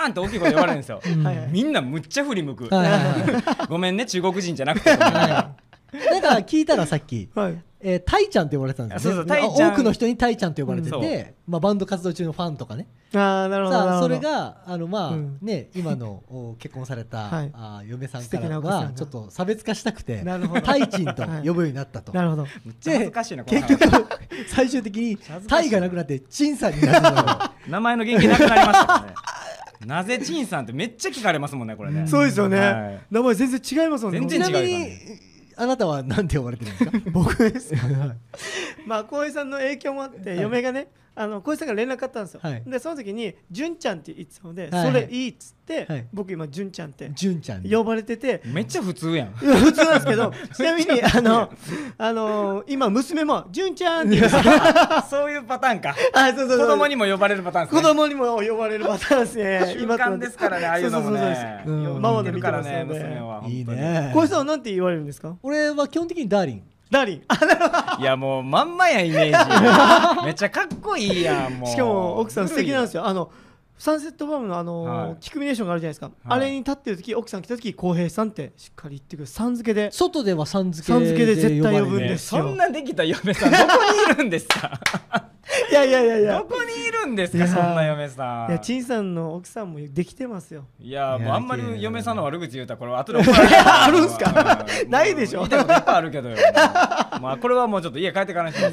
[SPEAKER 3] ん!」って大きい声で呼ばれるんですよ、
[SPEAKER 2] うん
[SPEAKER 1] はいはい
[SPEAKER 3] みんなむっちゃ振り向く、
[SPEAKER 2] はいはいはい
[SPEAKER 3] ごめんね中国人じゃなくて
[SPEAKER 2] なんか聞いたらさっき、
[SPEAKER 1] はい
[SPEAKER 2] えー、タイちゃんって呼ばれてたんですよ、ね、
[SPEAKER 3] あそうそうタイちゃん
[SPEAKER 2] 多くの人にタイちゃんって呼ばれて
[SPEAKER 3] うんそう
[SPEAKER 2] て、まあ、バンド活動中のファンとかね
[SPEAKER 1] あーなるほどなるほ
[SPEAKER 2] さ
[SPEAKER 1] ど
[SPEAKER 2] あそれがあのまあ、
[SPEAKER 1] うん
[SPEAKER 2] ね今のお結婚された、
[SPEAKER 1] はい
[SPEAKER 2] あー嫁さん
[SPEAKER 1] 素
[SPEAKER 2] か
[SPEAKER 1] 敵な
[SPEAKER 2] ら
[SPEAKER 1] お子さんが
[SPEAKER 2] はちょっと差別化したくて
[SPEAKER 1] なるほど
[SPEAKER 2] タイチンと呼ぶようになったと、
[SPEAKER 1] なるほど
[SPEAKER 3] むっちゃ恥ずかしいなこの
[SPEAKER 2] 結
[SPEAKER 3] 話
[SPEAKER 2] 局最終的に
[SPEAKER 3] 恥ずか
[SPEAKER 2] タ
[SPEAKER 3] しい
[SPEAKER 2] イがなくなってチンさんになるのよ
[SPEAKER 3] 名前の元気なくなりましたからねなぜちんさんってめっちゃ聞かれますもんねこれね
[SPEAKER 1] そうですよ
[SPEAKER 3] はい
[SPEAKER 1] ね名前全然違いますもんね
[SPEAKER 3] 全
[SPEAKER 2] ち
[SPEAKER 3] 然
[SPEAKER 2] なみ
[SPEAKER 3] 違うよ
[SPEAKER 2] にあなたは何て呼ばれてるんですか僕です
[SPEAKER 1] まあ浩平さんの影響もあって、
[SPEAKER 2] はい
[SPEAKER 1] 嫁がねあの浩平さんから連絡あったんですよ、
[SPEAKER 2] はい
[SPEAKER 1] でその時に「純ちゃん」って言ってたので、
[SPEAKER 2] はいはい
[SPEAKER 1] それいいっつって、
[SPEAKER 2] はい
[SPEAKER 1] 僕今純ちゃんって
[SPEAKER 2] 純ちゃんに
[SPEAKER 1] 呼ばれてて、
[SPEAKER 3] めっちゃ普通やん
[SPEAKER 1] いや普通なんですけ どちなみにあ の、あの今娘も「純ちゃん」って言うんですよ
[SPEAKER 3] そういうパターンか
[SPEAKER 1] あそうそ
[SPEAKER 3] 子
[SPEAKER 1] うそう
[SPEAKER 3] 供にも呼ばれるパターンで
[SPEAKER 1] 子
[SPEAKER 3] すね
[SPEAKER 1] 供にも呼ばれるパターンですね
[SPEAKER 3] 習慣ですからねああいうのも
[SPEAKER 1] そうそうそう
[SPEAKER 3] ね
[SPEAKER 1] そう
[SPEAKER 2] うん
[SPEAKER 3] よう
[SPEAKER 1] ママ
[SPEAKER 3] 似
[SPEAKER 1] で見
[SPEAKER 3] てる
[SPEAKER 1] て
[SPEAKER 3] から
[SPEAKER 1] ます
[SPEAKER 3] ね
[SPEAKER 1] よ
[SPEAKER 3] 娘
[SPEAKER 1] ね
[SPEAKER 3] は本当に
[SPEAKER 2] いいね
[SPEAKER 1] 浩平さんはなんて言われるんですか
[SPEAKER 2] 俺は基本的にダーリン
[SPEAKER 1] ダーリンあ
[SPEAKER 3] いやもうまんまやイメー ジめっちゃかっこいいやんもう
[SPEAKER 1] しかも奥さん素敵なんですよあのサンセットバームのあの、
[SPEAKER 3] はい
[SPEAKER 1] キクミネーションがあるじゃないですか、あれに立ってる時奥さん来た時浩平さんってしっかり言ってくるさん付けで
[SPEAKER 2] 外ではさん付け
[SPEAKER 1] さん付けで絶対呼ぶ
[SPEAKER 2] 呼
[SPEAKER 1] ん
[SPEAKER 2] ばれる
[SPEAKER 1] で
[SPEAKER 3] ね
[SPEAKER 1] すよ
[SPEAKER 3] そんなできた嫁さんどこにいるんですか
[SPEAKER 1] いやいやいやいや
[SPEAKER 3] どこにいるんです
[SPEAKER 1] いや
[SPEAKER 3] かそんな嫁さ
[SPEAKER 1] いや
[SPEAKER 3] ん
[SPEAKER 1] 陳さんの奥さんもできてますよ
[SPEAKER 3] いや
[SPEAKER 2] いや
[SPEAKER 3] もうあんまり嫁さんの悪口言うたらこれ後で
[SPEAKER 1] あ
[SPEAKER 3] あ
[SPEAKER 1] るんすかないでしょ
[SPEAKER 3] 言いたいこといっぱいあるけど よまあこれはもうちょっと家帰ってからにしま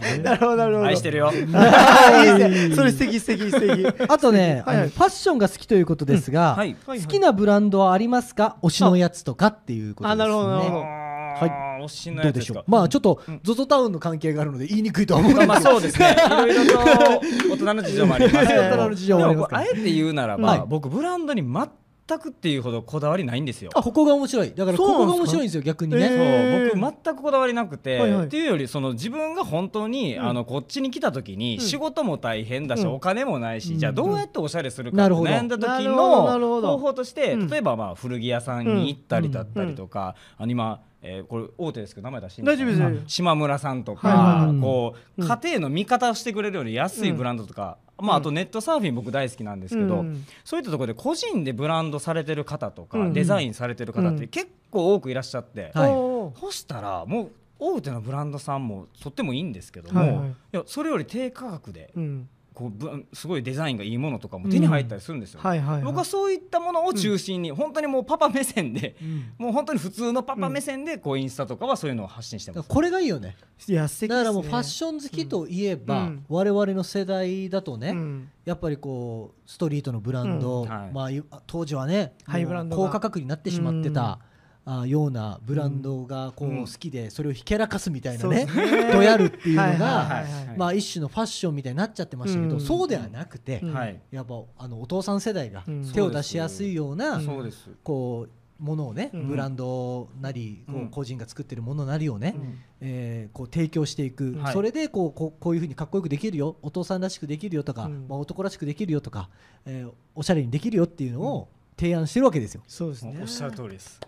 [SPEAKER 3] す
[SPEAKER 1] なるほどなるほど
[SPEAKER 3] 愛してるよ
[SPEAKER 1] あ ーいいですねそれ素敵素敵素敵
[SPEAKER 2] あとね、
[SPEAKER 1] はいはい
[SPEAKER 2] あのファッションが好きということですが、
[SPEAKER 3] はい
[SPEAKER 1] はいはい
[SPEAKER 2] 好きなブランドはありますか推しのやつとかっていうことです、ね、
[SPEAKER 1] あなるほどなるほど
[SPEAKER 3] はい推しの
[SPEAKER 2] ど
[SPEAKER 3] や
[SPEAKER 2] う
[SPEAKER 3] つ
[SPEAKER 2] で
[SPEAKER 3] で
[SPEAKER 2] し
[SPEAKER 3] す
[SPEAKER 2] ょう
[SPEAKER 3] か
[SPEAKER 2] まあちょっと ZOZO タウンの関係があるので言いにくいとは思うんで
[SPEAKER 3] まあ
[SPEAKER 2] す
[SPEAKER 3] まあそうで すね。いろいろと大人の事情もありますけど。
[SPEAKER 2] 大人の事情もありますから
[SPEAKER 3] でもこれあえて言うならば、
[SPEAKER 2] はい
[SPEAKER 3] 僕ブランドに全くっていうほどこだわりないんですよ。
[SPEAKER 2] ここが面白いだからこ
[SPEAKER 1] そうなん
[SPEAKER 2] こ
[SPEAKER 1] ですか
[SPEAKER 2] が面白いんですよ逆に
[SPEAKER 1] え
[SPEAKER 2] ね、
[SPEAKER 1] ーへ
[SPEAKER 3] そう僕全くこだわりなくて、
[SPEAKER 1] はいはい
[SPEAKER 3] っていうよりその自分が本当に、
[SPEAKER 1] うん
[SPEAKER 3] あのこっちに来た時に
[SPEAKER 1] うん
[SPEAKER 3] 仕事も大変だし、
[SPEAKER 1] うん
[SPEAKER 3] お金もないし、
[SPEAKER 2] うん
[SPEAKER 3] じゃあどうやっておしゃれするか
[SPEAKER 2] な
[SPEAKER 3] って
[SPEAKER 2] るほど
[SPEAKER 3] 悩んだ時
[SPEAKER 1] なるほど
[SPEAKER 3] の方法として、
[SPEAKER 1] うん
[SPEAKER 3] 例えばまあ古着屋さんに行ったりだったりとか、あの今、えーこれ大手ですけど名前出していいんか
[SPEAKER 1] 大丈夫です
[SPEAKER 3] あ島村さんとか、
[SPEAKER 1] はい
[SPEAKER 2] はい
[SPEAKER 3] こう
[SPEAKER 1] うん
[SPEAKER 3] 家庭の味方をしてくれるように安いブランドとか、まあ、あとネットサーフィン僕大好きなんですけど、
[SPEAKER 1] うん
[SPEAKER 3] そういったところで個人でブランドされてる方とか、
[SPEAKER 1] うん
[SPEAKER 3] デザインされてる方っ
[SPEAKER 1] う
[SPEAKER 3] て
[SPEAKER 1] ん
[SPEAKER 3] 結構多くいらっしゃって、
[SPEAKER 2] はい
[SPEAKER 1] おー
[SPEAKER 3] そしたらもう大手のブランドさんもとってもいいんですけども、
[SPEAKER 1] はい
[SPEAKER 3] い
[SPEAKER 1] はい
[SPEAKER 3] やそれより低価格で
[SPEAKER 1] うん
[SPEAKER 3] こうぶすごいデザインがいいものとかも手に入ったりするんですよ。
[SPEAKER 1] はいはいはい
[SPEAKER 3] 僕はそういったものを中心に、本当にもうパパ目線で、
[SPEAKER 2] うん
[SPEAKER 3] もう本当に普通のパパ目線でこうインスタとかはそういうのを発信してます。
[SPEAKER 2] これがいいよね
[SPEAKER 1] いや素敵
[SPEAKER 2] だからもうファッ
[SPEAKER 1] ョ
[SPEAKER 2] ション好きといえ
[SPEAKER 1] う
[SPEAKER 2] ば、
[SPEAKER 1] ん
[SPEAKER 2] 我々の世代だとね、
[SPEAKER 1] うん
[SPEAKER 2] やっぱりこうストリートのブランド、
[SPEAKER 3] うんはい
[SPEAKER 2] まあい、当時はね
[SPEAKER 1] ハイブランドが
[SPEAKER 2] 高価格になってしまってた、あようなブランドがこう
[SPEAKER 3] う
[SPEAKER 2] 好
[SPEAKER 3] ん
[SPEAKER 2] きでそれをひけらかすみたいな
[SPEAKER 1] そうで
[SPEAKER 2] ね
[SPEAKER 1] すね
[SPEAKER 2] どやるっていうのが、
[SPEAKER 1] はいはいはいはい
[SPEAKER 2] まあ、一種のファッションみたいになっちゃってましたけど、
[SPEAKER 1] うん
[SPEAKER 2] そうではなくて、
[SPEAKER 1] うん
[SPEAKER 3] はい、
[SPEAKER 2] やっぱあのお父さん世代が
[SPEAKER 1] うん
[SPEAKER 2] 手を出しやすいような、
[SPEAKER 1] ん
[SPEAKER 3] そうです。
[SPEAKER 2] こうものをね、
[SPEAKER 1] うん
[SPEAKER 2] ブランドなりこ
[SPEAKER 3] う
[SPEAKER 2] うん個人が作ってるものなりをね、
[SPEAKER 1] うん
[SPEAKER 2] えーこう提供していく、
[SPEAKER 3] はい
[SPEAKER 2] それでこうこうこういうふうにかっこよくできるよお父さんらしくできるよとか、
[SPEAKER 1] うん。
[SPEAKER 2] まあ、男らしくできるよとか、えーおしゃれにできるよっていうのを提案してるわけですよ
[SPEAKER 1] そうですね
[SPEAKER 3] おっしゃる通りです。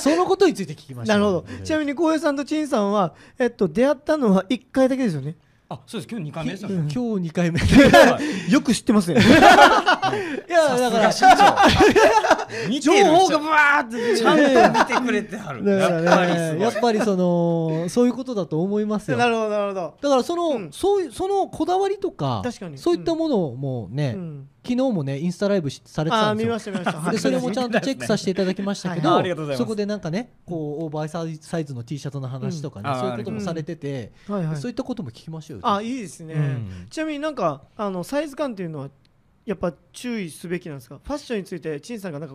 [SPEAKER 2] そのことについて聞きました。
[SPEAKER 1] なるほどちなみに浩平さんと陳さんは、えっと、出会ったのは1回だけですよね
[SPEAKER 3] あ、そうです。今日二回目ですよ
[SPEAKER 2] 今
[SPEAKER 3] ね。
[SPEAKER 2] 日2 回目い
[SPEAKER 1] よく知って ますね
[SPEAKER 2] やだから
[SPEAKER 3] さすが身長見てる
[SPEAKER 1] 情
[SPEAKER 3] 人
[SPEAKER 1] 報がブワーって
[SPEAKER 3] ちゃんと見てくれてはる。
[SPEAKER 2] だ
[SPEAKER 3] や
[SPEAKER 2] から
[SPEAKER 3] っぱりす
[SPEAKER 2] ねやっぱりそのそういうことだと思いますよ。
[SPEAKER 1] なるほどなるほど
[SPEAKER 2] だからその、
[SPEAKER 1] うん
[SPEAKER 2] そういうそのこだわりとか
[SPEAKER 1] 確かに
[SPEAKER 2] そういったものをもうね、
[SPEAKER 1] うん
[SPEAKER 2] 昨日もねインスタライブしされて
[SPEAKER 1] あ
[SPEAKER 2] た
[SPEAKER 1] ー
[SPEAKER 2] んで
[SPEAKER 1] 見
[SPEAKER 2] すよ
[SPEAKER 1] ました見ましたはい
[SPEAKER 2] でそれもちゃんとチェックさせていただだきましたけ
[SPEAKER 3] はい
[SPEAKER 2] ど
[SPEAKER 3] ありがとうございます
[SPEAKER 2] そこでなんかねこうオーバーサイズの T シャツの話とかね、
[SPEAKER 3] うんあー
[SPEAKER 2] そういうこともされてて、
[SPEAKER 1] はいはい
[SPEAKER 2] そういったことも聞きましょうよ。
[SPEAKER 1] あいいですね、
[SPEAKER 2] うん
[SPEAKER 1] ちなみになんかあのサイズ感っていうのはやっぱ注意すべきなんですかファッションについて陳さんがなんか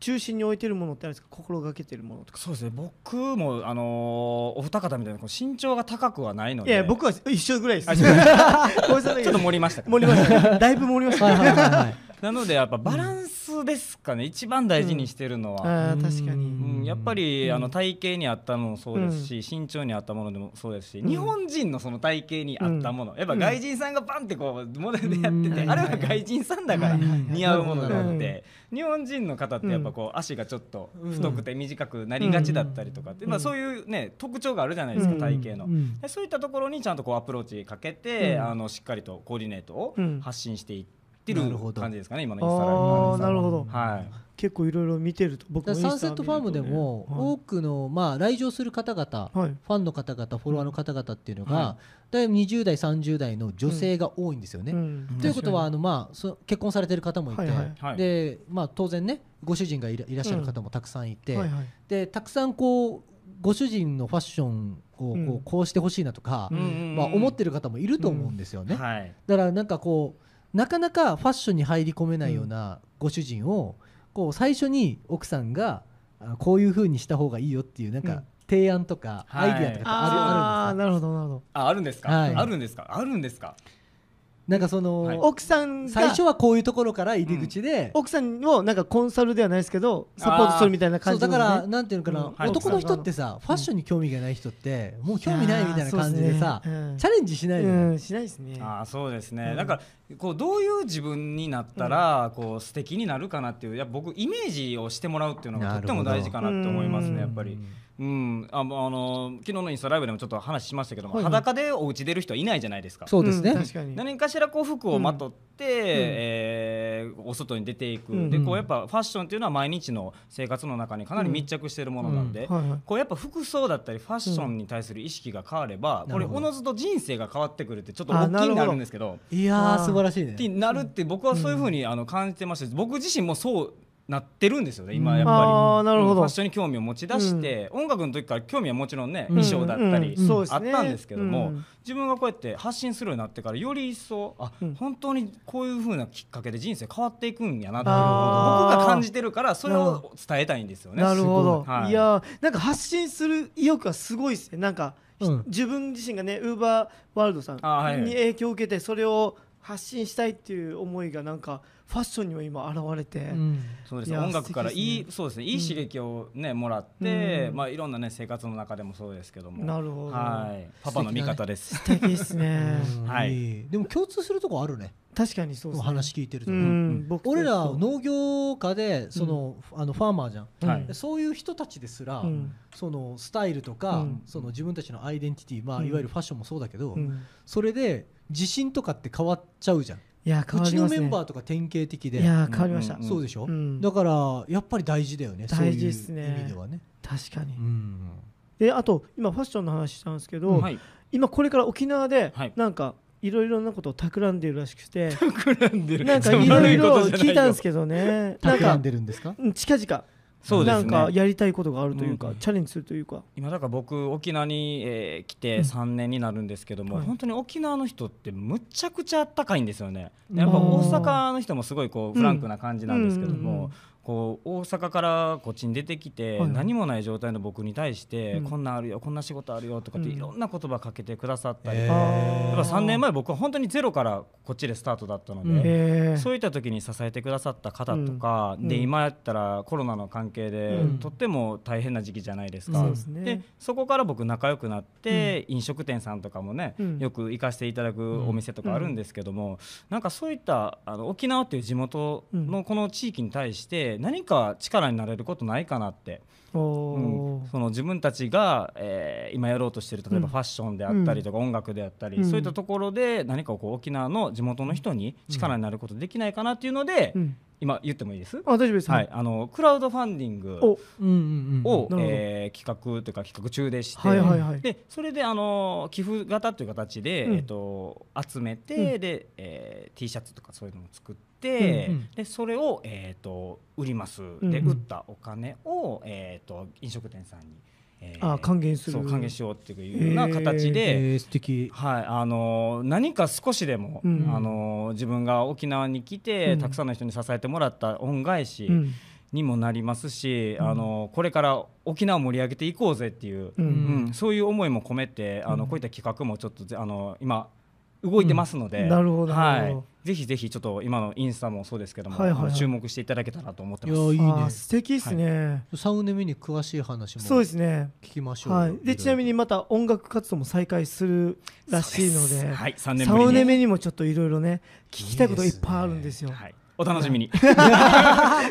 [SPEAKER 1] 中心に置いてるものってあるんですか心がけてるものとか
[SPEAKER 3] そうですね。僕もあのーお二方みたいなこう身長が高くはないの
[SPEAKER 1] い
[SPEAKER 3] で、
[SPEAKER 1] や僕は一緒ぐらいです
[SPEAKER 3] あ
[SPEAKER 1] 小
[SPEAKER 3] 違う
[SPEAKER 1] 林さんだ
[SPEAKER 3] ちょ
[SPEAKER 1] け
[SPEAKER 3] っと盛りましたか。
[SPEAKER 1] 盛りましただいぶ盛りまし
[SPEAKER 2] はいはい
[SPEAKER 1] た
[SPEAKER 2] はいはい
[SPEAKER 3] なのでやっぱバランスですかね、一番大事にしてるのは。
[SPEAKER 1] あー確か
[SPEAKER 2] う
[SPEAKER 3] う
[SPEAKER 1] に
[SPEAKER 2] ん
[SPEAKER 3] ん、やっぱり、
[SPEAKER 1] うん
[SPEAKER 3] あの体型に合ったものもそうですし、身長に合ったものでもそうですし、
[SPEAKER 1] うん
[SPEAKER 3] 日本人のその体型に合ったもの、やっぱ外人さんがバンってこうモデルでやってて、
[SPEAKER 2] うん
[SPEAKER 3] あれは外人さんだから
[SPEAKER 2] はいはいはい
[SPEAKER 3] 似合うものであ
[SPEAKER 1] う
[SPEAKER 3] っ
[SPEAKER 1] ん
[SPEAKER 3] て、日本人の方ってやっぱこう足がちょっと太くて短くなりがちだったりとかって、
[SPEAKER 1] うん
[SPEAKER 3] まあ、そういうね特徴があるじゃないですか、
[SPEAKER 1] うん
[SPEAKER 3] 体型の
[SPEAKER 2] う。ん
[SPEAKER 3] でそういったところにちゃんとこうアプローチかけて、
[SPEAKER 1] うん
[SPEAKER 3] あのしっかりとコーディネートを
[SPEAKER 1] うん
[SPEAKER 3] 発信していってる
[SPEAKER 2] なるほど
[SPEAKER 3] 感じですかね今の
[SPEAKER 1] あ
[SPEAKER 3] インスタライブの
[SPEAKER 1] あーなるほど
[SPEAKER 3] はい
[SPEAKER 1] 結構いろいろ見てると僕
[SPEAKER 2] だ
[SPEAKER 1] も
[SPEAKER 2] から
[SPEAKER 1] イン
[SPEAKER 2] サン
[SPEAKER 1] スタ
[SPEAKER 2] セットファームでも
[SPEAKER 1] 見るとねはい
[SPEAKER 2] 多くのまあ来場する方々フ
[SPEAKER 1] はい
[SPEAKER 2] ァンの方々フォロワーの方々っていうの
[SPEAKER 3] は
[SPEAKER 2] が大体20代30代の女性が多いんですよね。
[SPEAKER 1] うん
[SPEAKER 2] ということは
[SPEAKER 1] 確
[SPEAKER 2] あのまあそ結婚されてる方もいて、
[SPEAKER 1] はいはい
[SPEAKER 3] はい
[SPEAKER 2] でまあ当然ねご主人がいらいらっしゃる方もたくさんいて、
[SPEAKER 1] かにはいはい
[SPEAKER 2] でたくさんこうご主人のファッションをこう,、
[SPEAKER 1] うん
[SPEAKER 2] こうしてほしいなとか、
[SPEAKER 1] うん
[SPEAKER 2] まあ、思っててる方もいると思うんですよね、
[SPEAKER 3] はい
[SPEAKER 2] だからなんかこうなかなかファッションに入り込めないようなご主人を、こう最初に奥さんがあこういう風にした方がいいよっていうなん
[SPEAKER 1] うん
[SPEAKER 2] か提案とかア
[SPEAKER 3] は
[SPEAKER 2] イ
[SPEAKER 3] い
[SPEAKER 2] ディアとかって
[SPEAKER 1] あ
[SPEAKER 2] あ
[SPEAKER 1] あ
[SPEAKER 2] る,、あるん
[SPEAKER 1] なるほ
[SPEAKER 2] ですか
[SPEAKER 1] どなるほ
[SPEAKER 3] ああるんですか、
[SPEAKER 2] はい
[SPEAKER 3] あるんですかあるんですか
[SPEAKER 2] なんかその、
[SPEAKER 3] はい
[SPEAKER 1] ど奥さん
[SPEAKER 2] 最
[SPEAKER 1] が
[SPEAKER 2] 初はこういうところから入り口で、
[SPEAKER 1] 奥さんをなんかコンサルではないですけどサポートするみたいな
[SPEAKER 2] そ
[SPEAKER 1] 感
[SPEAKER 2] う
[SPEAKER 1] じな
[SPEAKER 2] だ
[SPEAKER 1] ん
[SPEAKER 2] か
[SPEAKER 1] ですね
[SPEAKER 2] らなんていうのかな、
[SPEAKER 3] うんはい
[SPEAKER 2] 男の人ってさ、ファッションに興味がない人ってもう興味ないみたいな感じでさ
[SPEAKER 1] いやーそうすね
[SPEAKER 2] チャレンジしないの
[SPEAKER 1] う
[SPEAKER 2] よ、
[SPEAKER 1] んうんしないですね
[SPEAKER 3] あーそうですね、
[SPEAKER 1] うん
[SPEAKER 3] なんかこうどういう自分になったらこう素敵になるかなっていうやっぱ僕イメージをしてもらうっていうのがとっても大事かなって思います
[SPEAKER 1] うん
[SPEAKER 3] ねやっぱりうんあまああの昨日のインスタライブでもちょっと話しましたけども、
[SPEAKER 1] はいはい
[SPEAKER 3] 裸でお家出る人はいないじゃないですか
[SPEAKER 2] そうですね、
[SPEAKER 1] ん確かに
[SPEAKER 3] 何かしらこう服をまとって、えーお外に出ていく、で
[SPEAKER 1] うん
[SPEAKER 3] こうやっぱファッションっていうのは毎日の生活の中にかなり密着しているものなんで、
[SPEAKER 1] はいはい
[SPEAKER 3] こうやっぱ服装だったりファッションに対する意識が変われば、
[SPEAKER 2] うん
[SPEAKER 3] これ
[SPEAKER 2] なるほ
[SPEAKER 3] お
[SPEAKER 2] ど
[SPEAKER 3] のずと人生が変わってくるってちょっと
[SPEAKER 1] あ
[SPEAKER 3] 大
[SPEAKER 1] な
[SPEAKER 3] きい
[SPEAKER 1] るほど
[SPEAKER 3] になるんですけど
[SPEAKER 2] いや
[SPEAKER 1] あー
[SPEAKER 2] ー素晴らしいね
[SPEAKER 3] ってなるって僕はそういうふうにあの感じてましたし僕自身もそうなってるんですよね今やっぱり。
[SPEAKER 1] あーなるほ
[SPEAKER 3] うんフ
[SPEAKER 1] ど
[SPEAKER 3] ァッションに興味を持ち出して、音楽の時から興味はもちろんね、
[SPEAKER 2] うん
[SPEAKER 3] 衣装だったり、
[SPEAKER 1] うんそうす
[SPEAKER 3] あっ
[SPEAKER 1] ね
[SPEAKER 3] たんですけども、
[SPEAKER 1] うん
[SPEAKER 3] 自分がこうやって発信するようになってからより一層あ、
[SPEAKER 1] うん
[SPEAKER 3] 本当にこういう風なきっかけで人生変わっていくんやなっていう
[SPEAKER 1] あー
[SPEAKER 3] 僕が感じてるからそれを伝えたいんですよね。
[SPEAKER 1] なるほど、
[SPEAKER 3] すごいはい
[SPEAKER 1] い、やーなんか発信する意欲がすごいですねなんか、
[SPEAKER 2] うん
[SPEAKER 1] 自分自身がねウーバーワールドさん
[SPEAKER 3] あはいはい
[SPEAKER 1] に影響を受けてそれを発信したいっていう思いがなんかファッションにも今現れて、
[SPEAKER 2] うん
[SPEAKER 3] そうです
[SPEAKER 1] い
[SPEAKER 3] ね
[SPEAKER 1] や
[SPEAKER 3] 音楽からいい
[SPEAKER 1] 素敵です
[SPEAKER 3] そうですねいい刺激をね、もらって、
[SPEAKER 1] うん
[SPEAKER 3] まあいろんなね生活の中でもそうですけども。
[SPEAKER 1] なるほど、
[SPEAKER 3] はい、パパの味方です。
[SPEAKER 1] 素敵ですね
[SPEAKER 2] うん
[SPEAKER 3] はい
[SPEAKER 2] いでも共通するとこあるね
[SPEAKER 1] 確かにそう
[SPEAKER 2] お
[SPEAKER 1] ですね
[SPEAKER 2] 話聞いてると、
[SPEAKER 1] うん僕
[SPEAKER 2] 俺ら農業家でその、あのファーマーじゃん、
[SPEAKER 3] は
[SPEAKER 1] う
[SPEAKER 3] い
[SPEAKER 1] ん
[SPEAKER 2] でそういう人たちですら、
[SPEAKER 1] うん
[SPEAKER 2] そのスタイルとか、
[SPEAKER 1] うん
[SPEAKER 2] その自分たちのアイデンティティまあ、
[SPEAKER 1] うん
[SPEAKER 2] いわゆるファッションもそうだけど、
[SPEAKER 1] うん
[SPEAKER 2] それで自信とかって変わっちゃうじゃん、
[SPEAKER 1] いや
[SPEAKER 2] う
[SPEAKER 1] 変わ
[SPEAKER 2] ち
[SPEAKER 1] り
[SPEAKER 2] の
[SPEAKER 1] ます
[SPEAKER 2] メ
[SPEAKER 1] ね
[SPEAKER 2] ンバーとか典型的で
[SPEAKER 1] いやー変わりました、
[SPEAKER 3] うん
[SPEAKER 2] そうでしょ、
[SPEAKER 1] うん
[SPEAKER 2] だからやっぱり大事だよね
[SPEAKER 1] 大事ですね
[SPEAKER 2] そういう意味ではね、
[SPEAKER 1] 確かに、
[SPEAKER 2] うん
[SPEAKER 1] であと今ファッションの話したんですけど、
[SPEAKER 3] はい、
[SPEAKER 1] 今これから沖縄で
[SPEAKER 3] はい
[SPEAKER 1] なんかいろいろなことを企んでいるらしくて、
[SPEAKER 3] 企んでる。
[SPEAKER 1] なんかいろいろ聞いたんですけどねなん
[SPEAKER 2] 企
[SPEAKER 1] か
[SPEAKER 2] んでるんですか
[SPEAKER 1] うん近々
[SPEAKER 3] そうですね。
[SPEAKER 1] なんかやりたいことがあるというか、
[SPEAKER 3] うん
[SPEAKER 1] チャレンジするというか
[SPEAKER 3] 今だから僕沖縄に、えー来て
[SPEAKER 1] うん
[SPEAKER 3] 3年になるんですけども、
[SPEAKER 1] はい
[SPEAKER 3] 本当に沖縄の人ってむちゃくちゃあったかいんですよねやっぱ
[SPEAKER 1] あー
[SPEAKER 3] 大阪の人もすごいこうフランクな感じなんですけども、
[SPEAKER 1] うんうんうん
[SPEAKER 3] こう大阪からこっちに出てきて、
[SPEAKER 1] はい
[SPEAKER 3] 何もない状態の僕に対して、
[SPEAKER 1] うん
[SPEAKER 3] こんなんあるよこんな仕事あるよとかって
[SPEAKER 1] うん
[SPEAKER 3] いろんな言葉かけてくださったり、
[SPEAKER 2] え
[SPEAKER 3] やっ
[SPEAKER 1] ー
[SPEAKER 3] ぱ3年前僕は本当にゼロからこっちでスタートだったので、
[SPEAKER 2] うん
[SPEAKER 1] へえ
[SPEAKER 3] そういった時に支えてくださった方とか、
[SPEAKER 1] うん
[SPEAKER 3] で
[SPEAKER 1] うん
[SPEAKER 3] 今やったらコロナの関係で、
[SPEAKER 1] うん
[SPEAKER 3] とっても大変な時期じゃないですか、
[SPEAKER 1] そうですね
[SPEAKER 3] でそこから僕仲良くなって、飲食店さんとかもね、
[SPEAKER 1] うん
[SPEAKER 3] よく行かせていただくお店とかあるんですけども、なんかそういったあの沖縄っていう地元のこの地域に対して何か力になれることないかなって、
[SPEAKER 1] お
[SPEAKER 3] うん
[SPEAKER 1] ー
[SPEAKER 3] その自分たちが、えー今やろうとしてる例え
[SPEAKER 1] うん
[SPEAKER 3] ばファッションであったりとか音楽であったり、
[SPEAKER 1] うん
[SPEAKER 3] そういったところで何かこう沖縄の地元の人に力になることできないかなっていうので、
[SPEAKER 1] うん
[SPEAKER 3] 今言ってもいいです、
[SPEAKER 1] あ大丈夫です
[SPEAKER 3] はい、あのクラウドファンディング
[SPEAKER 1] お
[SPEAKER 2] うんう
[SPEAKER 1] なる
[SPEAKER 2] んうん
[SPEAKER 3] を、
[SPEAKER 1] ほど
[SPEAKER 3] えー企画というか企画中でして、
[SPEAKER 1] はいはいはい
[SPEAKER 3] でそれであの寄付型という形で、
[SPEAKER 1] うん
[SPEAKER 3] えっと集めて、で、えー T シャツとかそういうのを作って、
[SPEAKER 2] うんうん
[SPEAKER 3] でそれを、えー、と売ります、
[SPEAKER 1] ん
[SPEAKER 3] で売ったお金を、えー、と飲食店さんに、えー
[SPEAKER 1] あ還元する
[SPEAKER 3] そう還元しようっていうような形
[SPEAKER 2] え
[SPEAKER 3] で。
[SPEAKER 2] ー素敵
[SPEAKER 3] はいあのー何か少しでも、
[SPEAKER 1] うん
[SPEAKER 3] あのー自分が沖縄に来て、
[SPEAKER 1] うん
[SPEAKER 3] たくさんの人に支えてもらった恩返し、
[SPEAKER 1] うん
[SPEAKER 3] にもなりますし、あのこれから沖縄を盛り上げていこうぜっていう、
[SPEAKER 1] う
[SPEAKER 3] うんんそういう思いも込めてあのこういった企画もちょっとぜあの今動いてますので、
[SPEAKER 1] なるほどなる
[SPEAKER 3] は
[SPEAKER 1] ほ
[SPEAKER 3] い
[SPEAKER 1] ど、
[SPEAKER 3] ぜひぜひちょっと今のインスタもそうですけども、
[SPEAKER 1] はいはいはい
[SPEAKER 3] あの注目していただけたらと思って
[SPEAKER 2] い
[SPEAKER 3] ま
[SPEAKER 2] や
[SPEAKER 3] す。
[SPEAKER 2] いい
[SPEAKER 1] あ
[SPEAKER 2] ね
[SPEAKER 1] ー素敵ですね、
[SPEAKER 2] 3年目に詳しい話も
[SPEAKER 1] そうです
[SPEAKER 2] 聞
[SPEAKER 1] ね
[SPEAKER 2] きましょうよ、
[SPEAKER 1] はい、でちなみにまた音楽活動も再開するらしいの
[SPEAKER 3] そう
[SPEAKER 1] で
[SPEAKER 3] すはい、3年ぶりに
[SPEAKER 1] 3
[SPEAKER 3] ね
[SPEAKER 1] 年目にもちょっといろいろね聞きたいこといっぱいあるんですよ
[SPEAKER 3] はい、お楽しみに。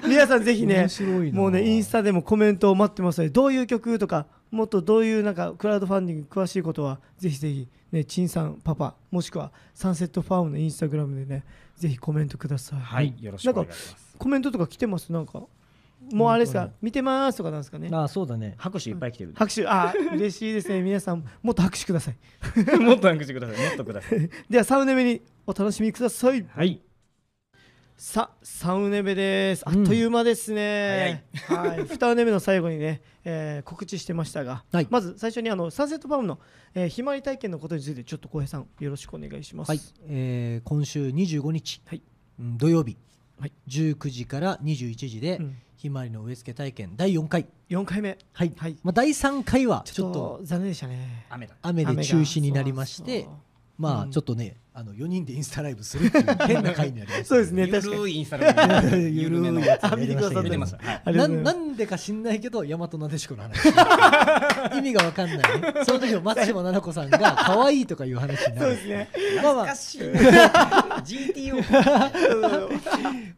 [SPEAKER 1] 皆さんぜひね
[SPEAKER 2] 面白いな
[SPEAKER 1] もうねインスタでもコメントを待ってますのでどういう曲とかもっとどういうなんかクラウドファンディング詳しいことはぜひぜひね陳さんパパもしくはサンセットファームのインスタグラムでねぜひコメントください
[SPEAKER 3] はい、よろしくお願いします。
[SPEAKER 1] コメントとか来てますなんかもうあれです
[SPEAKER 2] 本
[SPEAKER 1] か
[SPEAKER 2] 当
[SPEAKER 1] 見てますとかなんですかね
[SPEAKER 2] ああそうだね
[SPEAKER 3] 拍手いっぱい来てる。
[SPEAKER 1] 拍手あー嬉しいですね皆さんもっと拍手ください
[SPEAKER 3] もっと拍手ください。もっとくださ い。
[SPEAKER 1] では3年目にお楽しみください
[SPEAKER 3] はい。
[SPEAKER 1] さあ3年目ですあっ
[SPEAKER 2] うん
[SPEAKER 1] という間ですね、はい2 年目の最後にね、えー告知してましたが、
[SPEAKER 2] はい
[SPEAKER 1] まず最初にあのサンセットファームの、えーひまわり体験のことについてちょっと浩平さんよろしくお願いします
[SPEAKER 2] はい、えー今週25日、
[SPEAKER 1] はい
[SPEAKER 2] うん土曜日、
[SPEAKER 1] はい
[SPEAKER 2] 19時から21時で、
[SPEAKER 1] うん
[SPEAKER 2] ひまわりの植え付け体験第4回、
[SPEAKER 1] 4回目
[SPEAKER 2] はい
[SPEAKER 1] はい
[SPEAKER 2] まあ、第3回は
[SPEAKER 1] ち
[SPEAKER 2] ち
[SPEAKER 1] ょ
[SPEAKER 2] ょ
[SPEAKER 1] っ
[SPEAKER 2] っ
[SPEAKER 1] と
[SPEAKER 2] と
[SPEAKER 1] 残念でしたね
[SPEAKER 3] 雨だ。
[SPEAKER 2] 雨で
[SPEAKER 1] 雨が
[SPEAKER 2] 中止になりまして
[SPEAKER 1] そう
[SPEAKER 2] ま
[SPEAKER 1] う
[SPEAKER 2] あ
[SPEAKER 1] ん
[SPEAKER 2] ちょっとねあの4人でインスタライブするっ ていう変な回になりました
[SPEAKER 1] そうですね
[SPEAKER 3] ゆ
[SPEAKER 1] 確かに
[SPEAKER 3] るいインスタライブ。
[SPEAKER 2] ゆる
[SPEAKER 3] めの
[SPEAKER 2] い
[SPEAKER 3] や
[SPEAKER 2] や
[SPEAKER 3] つ
[SPEAKER 2] つ
[SPEAKER 1] あ見てくださって
[SPEAKER 3] 見て
[SPEAKER 2] ま
[SPEAKER 3] ま
[SPEAKER 2] し
[SPEAKER 3] す。
[SPEAKER 2] た
[SPEAKER 3] はい。
[SPEAKER 1] ありが
[SPEAKER 2] な
[SPEAKER 1] とうご
[SPEAKER 2] ん
[SPEAKER 1] ざ
[SPEAKER 2] ない
[SPEAKER 1] ます
[SPEAKER 2] んでか知んないけど大和なでしこの 話意味がわかんないねその時の松島菜々子さんが可愛いとかいう話にな
[SPEAKER 1] そう
[SPEAKER 2] る
[SPEAKER 1] ですね
[SPEAKER 2] まあまあ
[SPEAKER 3] しい。GTO。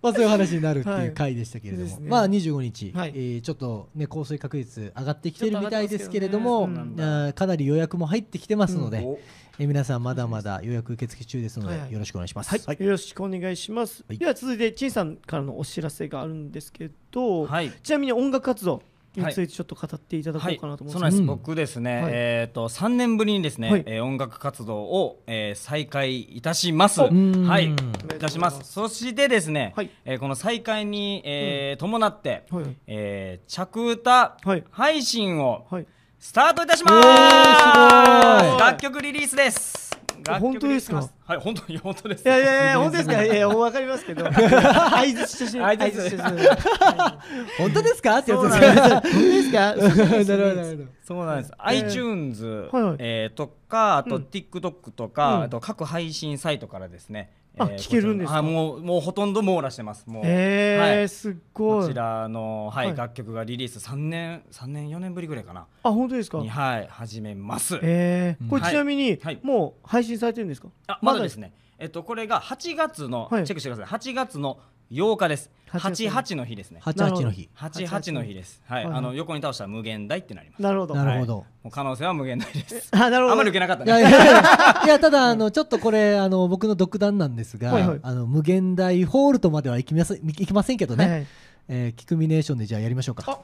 [SPEAKER 2] まあ、そういう話になるっていう回でしたけれども、
[SPEAKER 1] はいですね
[SPEAKER 2] まあ25日、
[SPEAKER 1] はい
[SPEAKER 2] えーちょっとね降水確率上がってきてるみたいですけれど
[SPEAKER 1] ちょっ
[SPEAKER 2] も
[SPEAKER 1] と上がってますけどね
[SPEAKER 2] あーかなり予約も入ってきてますので、
[SPEAKER 3] お
[SPEAKER 2] えー皆さんまだまだ予約受付中ですの
[SPEAKER 1] はいはい
[SPEAKER 2] でよろしくお願いします。
[SPEAKER 1] はい、よろしくお願いします、
[SPEAKER 2] はい
[SPEAKER 1] では続いて陳さんからのお知らせがあるんですけど、
[SPEAKER 3] はい。
[SPEAKER 1] ちなみに音楽活動についてちょっと語っていただこうかなと思
[SPEAKER 3] そ
[SPEAKER 1] うんで
[SPEAKER 3] うなん
[SPEAKER 1] す
[SPEAKER 3] です、
[SPEAKER 2] うん
[SPEAKER 3] 僕ですね、
[SPEAKER 1] はい
[SPEAKER 3] えっ、と3年ぶりにですね、
[SPEAKER 1] はい
[SPEAKER 3] えー音楽活動を、えー再開いたします。
[SPEAKER 1] お
[SPEAKER 3] は
[SPEAKER 2] うん
[SPEAKER 3] い、
[SPEAKER 2] お
[SPEAKER 3] い
[SPEAKER 2] めでとうござ
[SPEAKER 1] ます
[SPEAKER 2] い
[SPEAKER 3] たします。そしてですね、
[SPEAKER 1] はい
[SPEAKER 3] えーこの再開に、えー伴って、
[SPEAKER 1] はいはい
[SPEAKER 3] えー着歌
[SPEAKER 1] はい
[SPEAKER 3] 配信を
[SPEAKER 1] はい
[SPEAKER 3] スタートいたします。
[SPEAKER 2] おーすごい
[SPEAKER 3] 楽曲リリースです。楽曲
[SPEAKER 1] 本当ですか
[SPEAKER 3] リリースしますはい、本当に本当です。
[SPEAKER 1] いやいやいや、本当ですか、いやいや、わかりますけど。 相づちとして、
[SPEAKER 3] 相
[SPEAKER 1] 相
[SPEAKER 3] 槌
[SPEAKER 1] 槌として
[SPEAKER 2] 本当ですかってやつ
[SPEAKER 3] そう
[SPEAKER 2] です
[SPEAKER 3] な
[SPEAKER 1] 本当
[SPEAKER 2] ね
[SPEAKER 3] んです。
[SPEAKER 1] ですか。
[SPEAKER 2] なるほどなるほど
[SPEAKER 3] そうなんです。
[SPEAKER 1] い
[SPEAKER 3] iTunes、
[SPEAKER 1] はいはい
[SPEAKER 3] えーとかあと
[SPEAKER 1] うん
[SPEAKER 3] TikTok とか、
[SPEAKER 1] うん
[SPEAKER 3] あと各配信サイトからですね。
[SPEAKER 1] あ聞けるんですか
[SPEAKER 3] こちらのあもうもうほとんど網羅してます。もう。
[SPEAKER 1] え
[SPEAKER 3] は
[SPEAKER 1] え、
[SPEAKER 3] い
[SPEAKER 1] すっ
[SPEAKER 3] こ
[SPEAKER 1] ご
[SPEAKER 3] ち
[SPEAKER 1] い。あ、
[SPEAKER 3] らの、はい
[SPEAKER 1] はい
[SPEAKER 3] 楽曲がリリース3年3年4年ぶりぐらいかな
[SPEAKER 1] 本当ですか
[SPEAKER 3] に。はい始めます、
[SPEAKER 1] ええ、これ
[SPEAKER 3] はい
[SPEAKER 1] ちなみに
[SPEAKER 3] はい、
[SPEAKER 1] もう配信されてるんですか。
[SPEAKER 3] あまだですねえっとこれが8月の、
[SPEAKER 1] はい
[SPEAKER 3] チェックしてください8月の8日です
[SPEAKER 1] 8
[SPEAKER 3] 88の日ですね
[SPEAKER 2] 88の日。
[SPEAKER 3] 88の日ですはい、
[SPEAKER 1] はい
[SPEAKER 3] あの横に倒したら無限大ってなります
[SPEAKER 1] なるほど。
[SPEAKER 2] なるほど。
[SPEAKER 3] もう可能性は無限大です
[SPEAKER 1] あ、なる
[SPEAKER 3] あ
[SPEAKER 1] ほ
[SPEAKER 3] んま
[SPEAKER 1] ど
[SPEAKER 3] り受。けなかった
[SPEAKER 2] いやい
[SPEAKER 3] ね
[SPEAKER 2] やいやいやただあのちょっとこれあの僕の独断なんですが、
[SPEAKER 1] はいはい
[SPEAKER 2] あの無限大ホールとまではいきませんいきませんけどね、
[SPEAKER 1] はいはい
[SPEAKER 2] えーキクミネーションでじゃあやりましょうか。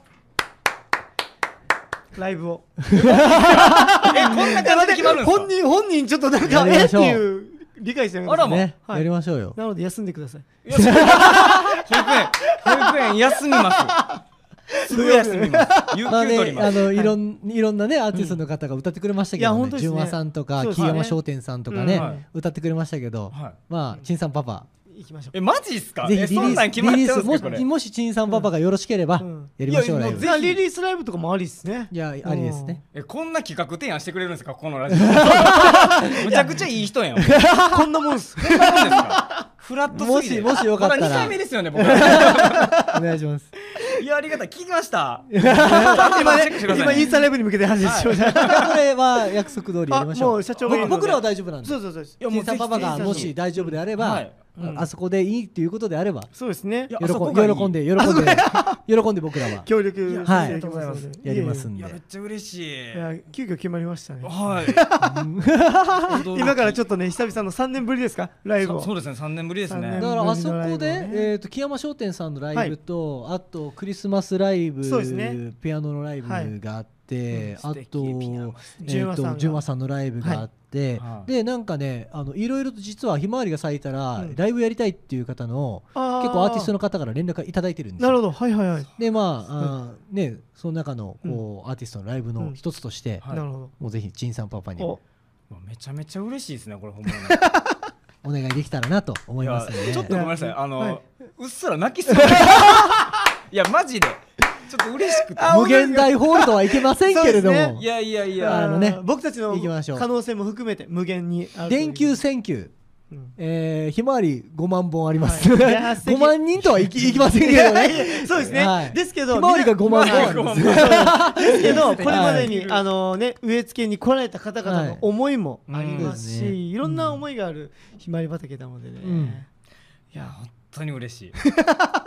[SPEAKER 1] ライブを。
[SPEAKER 3] えこんな感じで決まるんですか
[SPEAKER 1] 本人、本人、ちょっとなんか、
[SPEAKER 2] やり
[SPEAKER 1] え
[SPEAKER 2] ま
[SPEAKER 1] って
[SPEAKER 2] しょう
[SPEAKER 1] いう。理解してるんです
[SPEAKER 3] あらま
[SPEAKER 2] ね、
[SPEAKER 1] はい
[SPEAKER 2] やりましょうよ。
[SPEAKER 1] なので、休んでください。
[SPEAKER 3] よ し保育園保育園休みますすぐ休みます有
[SPEAKER 2] まあ
[SPEAKER 3] 給
[SPEAKER 2] ね、
[SPEAKER 3] 取りま
[SPEAKER 2] あ
[SPEAKER 3] す、
[SPEAKER 2] のいろんいろんなねアーティストの方が歌ってくれましたけ
[SPEAKER 1] いや
[SPEAKER 2] ど
[SPEAKER 1] 本当
[SPEAKER 2] ね、
[SPEAKER 1] ですね
[SPEAKER 2] 純和さんとか
[SPEAKER 1] そうです
[SPEAKER 2] 木
[SPEAKER 1] ね
[SPEAKER 2] 山商店さんとかね、
[SPEAKER 3] うんはい
[SPEAKER 2] 歌ってくれましたけど、
[SPEAKER 3] はい
[SPEAKER 2] まあ陳さんパパ、
[SPEAKER 1] 行きましょう。
[SPEAKER 3] えマジっすか
[SPEAKER 2] ぜ
[SPEAKER 3] え
[SPEAKER 2] ひリ
[SPEAKER 3] そ
[SPEAKER 2] リ
[SPEAKER 3] んなん
[SPEAKER 2] ース
[SPEAKER 3] 決まっ
[SPEAKER 2] リ
[SPEAKER 3] て
[SPEAKER 2] リー
[SPEAKER 3] ます
[SPEAKER 2] スも
[SPEAKER 3] ね
[SPEAKER 2] し
[SPEAKER 3] これ
[SPEAKER 2] もし陳さんパパがよろしければ
[SPEAKER 1] うん
[SPEAKER 2] やりましょう
[SPEAKER 3] いや
[SPEAKER 2] ライ
[SPEAKER 3] も
[SPEAKER 2] ブ
[SPEAKER 3] うぜ
[SPEAKER 1] まあリリースライブとかもありです ね。
[SPEAKER 2] いやありですね。
[SPEAKER 3] えこんな企画提案してくれるんですかこのラジオ むちゃくちゃいい人やんこん
[SPEAKER 1] こんなもんっす。
[SPEAKER 3] なんですかフラット
[SPEAKER 2] も
[SPEAKER 3] すぎて
[SPEAKER 2] しもしよかったら
[SPEAKER 3] まだ2回目ですよ ね僕い
[SPEAKER 2] お願いします。
[SPEAKER 3] やありがたい聞きました今ね
[SPEAKER 1] 今インスタライブに向けて話しました。
[SPEAKER 2] じゃあこれは約束通りやりまし
[SPEAKER 1] あも
[SPEAKER 2] ょ
[SPEAKER 1] う
[SPEAKER 2] う。
[SPEAKER 1] 社長がいる
[SPEAKER 2] 僕
[SPEAKER 1] ので
[SPEAKER 2] 僕らは大丈夫なんで
[SPEAKER 1] そ。うそうそうです。
[SPEAKER 3] いや
[SPEAKER 2] 陳
[SPEAKER 3] もう
[SPEAKER 2] さんパパが
[SPEAKER 1] ぜひ
[SPEAKER 2] もし大丈夫であれ
[SPEAKER 3] は
[SPEAKER 2] ば
[SPEAKER 3] い、
[SPEAKER 1] うん
[SPEAKER 2] あそこでいいっていうことであれば、
[SPEAKER 1] そうですね
[SPEAKER 3] いや。
[SPEAKER 2] 喜ん
[SPEAKER 3] あそこがいい
[SPEAKER 2] 喜んで喜んで喜んで僕らは
[SPEAKER 1] 協力していただきま
[SPEAKER 3] はい
[SPEAKER 1] すので
[SPEAKER 2] やります
[SPEAKER 1] い
[SPEAKER 2] ん
[SPEAKER 3] い
[SPEAKER 2] で
[SPEAKER 3] やめっ。ちゃ嬉し
[SPEAKER 1] え
[SPEAKER 3] い
[SPEAKER 1] いえいや急遽決まりましたね。
[SPEAKER 3] はい
[SPEAKER 1] 今からち
[SPEAKER 3] ょっ
[SPEAKER 1] ょっとね久々の3年ぶりですかライブを。
[SPEAKER 3] そうですね3年ぶりです
[SPEAKER 1] 三
[SPEAKER 2] だ
[SPEAKER 3] ね
[SPEAKER 1] 年
[SPEAKER 2] からあそこで、
[SPEAKER 1] ライブのね
[SPEAKER 2] えー、と木山商店さんのライブと、あとクリスマスライブ、
[SPEAKER 1] そうですね
[SPEAKER 2] ピアノのライ
[SPEAKER 1] はい
[SPEAKER 2] ブがあって、
[SPEAKER 3] うん素
[SPEAKER 2] あ
[SPEAKER 3] 敵
[SPEAKER 2] と
[SPEAKER 3] ピアノ
[SPEAKER 1] 純
[SPEAKER 2] 純
[SPEAKER 1] 和さんが
[SPEAKER 2] 和、えーと、純和さんのライブがあって、
[SPEAKER 3] はい
[SPEAKER 2] でなんかねあのいろいろと実はひまわりが咲いたら、
[SPEAKER 1] うん
[SPEAKER 2] ライブやりたいっていう方の
[SPEAKER 1] あ
[SPEAKER 2] 結構アーティスト
[SPEAKER 1] の。
[SPEAKER 2] の方から連絡がいただいてるんですよ。
[SPEAKER 1] なるほどはいはいはい。
[SPEAKER 2] でまああー、ね、その中のこう、アーティストのライブの一つとして、
[SPEAKER 3] はい
[SPEAKER 1] なるほ
[SPEAKER 2] もうぜひ陳さんパパに
[SPEAKER 1] ど。
[SPEAKER 2] お
[SPEAKER 1] お
[SPEAKER 3] うわめちゃめちゃ嬉しいですねこれほんまに
[SPEAKER 2] 願いできたらなと思いますの
[SPEAKER 3] い
[SPEAKER 2] で
[SPEAKER 3] やちょっとごめんなさいあの、
[SPEAKER 1] はいう
[SPEAKER 3] っすら泣 きそういやマジでちょっと嬉しくて
[SPEAKER 1] あ
[SPEAKER 2] 無限大ホールとはいけませんけれ
[SPEAKER 1] そ
[SPEAKER 2] ど
[SPEAKER 1] うです
[SPEAKER 2] も
[SPEAKER 1] ね
[SPEAKER 3] い。やいやい
[SPEAKER 1] い
[SPEAKER 3] や
[SPEAKER 2] あのね
[SPEAKER 1] 僕たちの
[SPEAKER 2] 行きましょう
[SPEAKER 1] 可能性も含めて無限にあるという。
[SPEAKER 2] 電球センキュー
[SPEAKER 1] うん
[SPEAKER 2] えーひまわり5万本あります、
[SPEAKER 1] はいい やー素敵
[SPEAKER 2] 5万人とはいきいきませんけ
[SPEAKER 1] いや
[SPEAKER 2] ど
[SPEAKER 1] い
[SPEAKER 2] ね
[SPEAKER 1] や そうですね、
[SPEAKER 2] はい
[SPEAKER 1] ですけ
[SPEAKER 2] ひ
[SPEAKER 1] ど
[SPEAKER 2] まわりが5万本あ
[SPEAKER 3] みん
[SPEAKER 2] る
[SPEAKER 3] なん
[SPEAKER 2] です
[SPEAKER 1] ですけどこれまで
[SPEAKER 3] は
[SPEAKER 1] に
[SPEAKER 3] い
[SPEAKER 1] あのね植え付けに来られた方々の思いもありますし、
[SPEAKER 2] はいうん
[SPEAKER 1] いろんな思いがあるひまわり畑なのでね、
[SPEAKER 2] うん
[SPEAKER 1] いや
[SPEAKER 3] 本当に嬉しいい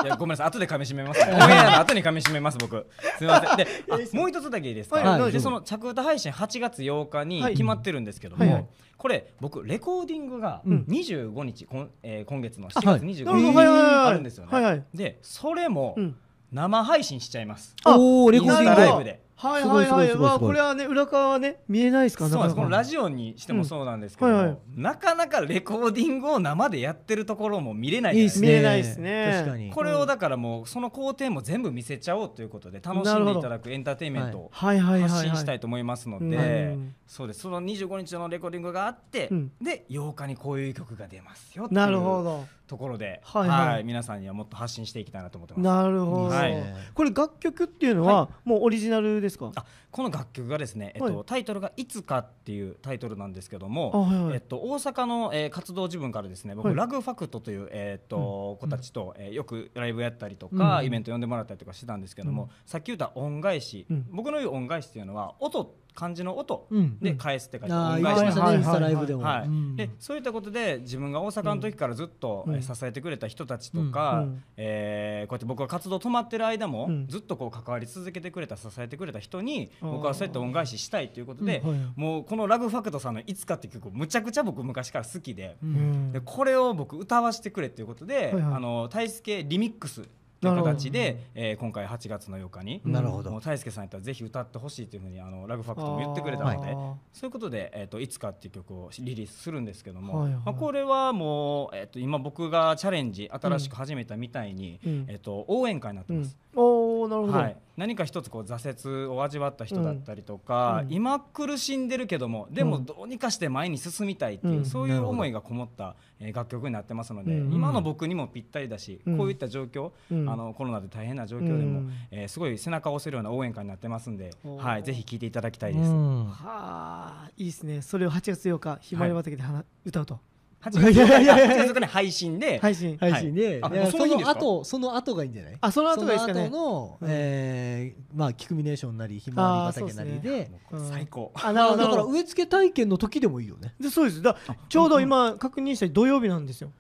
[SPEAKER 3] やごめんなさい後で噛み締 めます、ね、オンエアの後に噛み締めます僕すみませんであもう一つだけいいですか、
[SPEAKER 1] はい
[SPEAKER 2] はい
[SPEAKER 3] でその着歌配信8月8日に
[SPEAKER 1] はい
[SPEAKER 3] 決まってるんですけども、
[SPEAKER 1] はいはい
[SPEAKER 3] これ僕レコーディングが
[SPEAKER 2] うん
[SPEAKER 3] 25日、こんえー今月の7
[SPEAKER 2] あはい
[SPEAKER 3] 月25
[SPEAKER 1] なるほ
[SPEAKER 3] 日
[SPEAKER 1] ど
[SPEAKER 3] に
[SPEAKER 1] はいはいはい
[SPEAKER 3] あるんですよね、
[SPEAKER 1] はいはい
[SPEAKER 3] でそれも
[SPEAKER 1] うん
[SPEAKER 3] 生配信しちゃいます、
[SPEAKER 1] あ
[SPEAKER 2] おーレコーディング
[SPEAKER 3] インスタライブで
[SPEAKER 1] はい
[SPEAKER 2] すご
[SPEAKER 1] はいい
[SPEAKER 2] すご
[SPEAKER 1] はいい
[SPEAKER 2] すごい
[SPEAKER 1] わ
[SPEAKER 2] す
[SPEAKER 1] あ
[SPEAKER 2] ごい
[SPEAKER 1] これはね裏側はね見えないですから
[SPEAKER 3] そうなんですこのラ
[SPEAKER 1] ジ
[SPEAKER 3] ジオにしてもそうなんですけども、
[SPEAKER 1] うんはいはい
[SPEAKER 3] なかなかレコーディングを生でやってるところも見れないじゃない
[SPEAKER 2] いっ
[SPEAKER 3] ですか
[SPEAKER 2] すね
[SPEAKER 1] 見えないっすね
[SPEAKER 2] 確かに
[SPEAKER 3] これをだからもうその工程も全部見せちゃおうということで楽しんでいただくエンターテインメントを
[SPEAKER 1] はいはいはい、
[SPEAKER 3] 発
[SPEAKER 1] はい、
[SPEAKER 3] 信したいと思いますので、
[SPEAKER 1] うん
[SPEAKER 3] そうですその25日のレコーディングがあって、
[SPEAKER 1] うん
[SPEAKER 3] で8日にこういう曲が出ますよってい
[SPEAKER 1] なるほ
[SPEAKER 3] う
[SPEAKER 1] ど
[SPEAKER 3] ところで、
[SPEAKER 1] はいはい
[SPEAKER 3] 皆さんにはもっと発信していきたいなと思ってます。
[SPEAKER 1] なるほど、
[SPEAKER 3] はい
[SPEAKER 1] これ楽曲っていうのは、もうオリジナルですか
[SPEAKER 3] あこの楽曲がですね、えっと
[SPEAKER 1] は
[SPEAKER 3] タイトルが「いつか」っていうタイトルなんですけど
[SPEAKER 1] あ
[SPEAKER 3] も、
[SPEAKER 1] はいはい、
[SPEAKER 3] えっと、大阪の、えー活動自分からですね僕、
[SPEAKER 1] はい
[SPEAKER 3] ラグファクトという、えーっと子たちと、えーよくライブやったりとか、
[SPEAKER 2] うん
[SPEAKER 3] イベント呼んでもらったりとかしてたんですけども、
[SPEAKER 1] うん
[SPEAKER 3] さっき言った恩返し、
[SPEAKER 1] うん
[SPEAKER 3] 僕の言う恩返しっていうのは音漢字の音
[SPEAKER 2] うん
[SPEAKER 3] で返すって書いて
[SPEAKER 2] ああ
[SPEAKER 3] 恩
[SPEAKER 2] 言
[SPEAKER 3] 返
[SPEAKER 2] っ
[SPEAKER 3] してな
[SPEAKER 2] ました
[SPEAKER 3] んですよ
[SPEAKER 2] ねインスタライブでも、
[SPEAKER 3] はい
[SPEAKER 2] うん
[SPEAKER 3] でそういったことで自分が大阪の時からずっと、
[SPEAKER 1] うん
[SPEAKER 3] えー支えてくれた人たちと
[SPEAKER 1] う
[SPEAKER 3] か、
[SPEAKER 1] んうん
[SPEAKER 3] えーこうやって僕が活動止まってる間も、
[SPEAKER 1] うん
[SPEAKER 3] ずっとこう関わり続けてくれた支えてくれた人に
[SPEAKER 1] あー
[SPEAKER 3] 僕はそうやって恩返ししたいということで、
[SPEAKER 1] うんはい
[SPEAKER 3] もうこの「ラグファクトさんの「いつか」って曲むちゃくちゃ僕昔から好きで,、
[SPEAKER 2] う
[SPEAKER 1] うんん
[SPEAKER 3] でこれを僕歌わせてくれということで
[SPEAKER 1] はいはい
[SPEAKER 3] あの大輔リミックスという形で、えー今回8月の8日に。
[SPEAKER 2] なるほど
[SPEAKER 3] もう大輔さんやったらぜひ歌ってほしいというふうにあのラグファクトも言ってくれたので、
[SPEAKER 1] あー
[SPEAKER 3] そういうことで、えーと「いつか」っていう曲をリリースするんですけども、
[SPEAKER 1] はいはい
[SPEAKER 3] まあ、これはもう、えー、と今僕がチャレンジ新しく始めたみたいに、
[SPEAKER 1] うん
[SPEAKER 3] えー、と応援会になって
[SPEAKER 1] う
[SPEAKER 3] ま
[SPEAKER 1] ん
[SPEAKER 3] す。、
[SPEAKER 1] おおなるほど、
[SPEAKER 3] はい、何か一つこう挫折を味わった人だったりとか、
[SPEAKER 1] うんうん
[SPEAKER 3] 今苦しんでるけどもでも
[SPEAKER 1] うん
[SPEAKER 3] どうにかして前に進みたいっていう、
[SPEAKER 1] うん
[SPEAKER 3] そういう思いがこもった、えー楽曲になってますので、
[SPEAKER 1] うん
[SPEAKER 3] 今の僕にもぴったりだし、
[SPEAKER 1] うん
[SPEAKER 3] こういった状況、
[SPEAKER 1] うん
[SPEAKER 3] あのコロナで大変な状況でも、
[SPEAKER 1] うん
[SPEAKER 3] えーすごい背中を押せるような応援歌になってますんで、
[SPEAKER 1] おー
[SPEAKER 3] はい、ぜひ聴いていただきたいです。
[SPEAKER 2] うん
[SPEAKER 1] はあいいですねそれを8月8日ひまわり畑で話、歌うと
[SPEAKER 3] 8月8日 に配信で、
[SPEAKER 1] 配信、
[SPEAKER 2] 配信で、
[SPEAKER 3] はいあ
[SPEAKER 2] いや
[SPEAKER 3] もうその日ですか
[SPEAKER 2] 後その後がいいんじゃない
[SPEAKER 1] あその後がいいですかね
[SPEAKER 2] その後の、
[SPEAKER 1] うん
[SPEAKER 2] えーまあキクミネーションなりひまわり畑なりで
[SPEAKER 3] もうこれ最高。
[SPEAKER 1] あなる
[SPEAKER 2] あ
[SPEAKER 1] ほどな
[SPEAKER 2] だか
[SPEAKER 1] る
[SPEAKER 2] ら
[SPEAKER 1] ほど
[SPEAKER 2] 植え付け体験の時でもいいよね
[SPEAKER 1] でそうですだちょうど今確認した土曜日なんですよ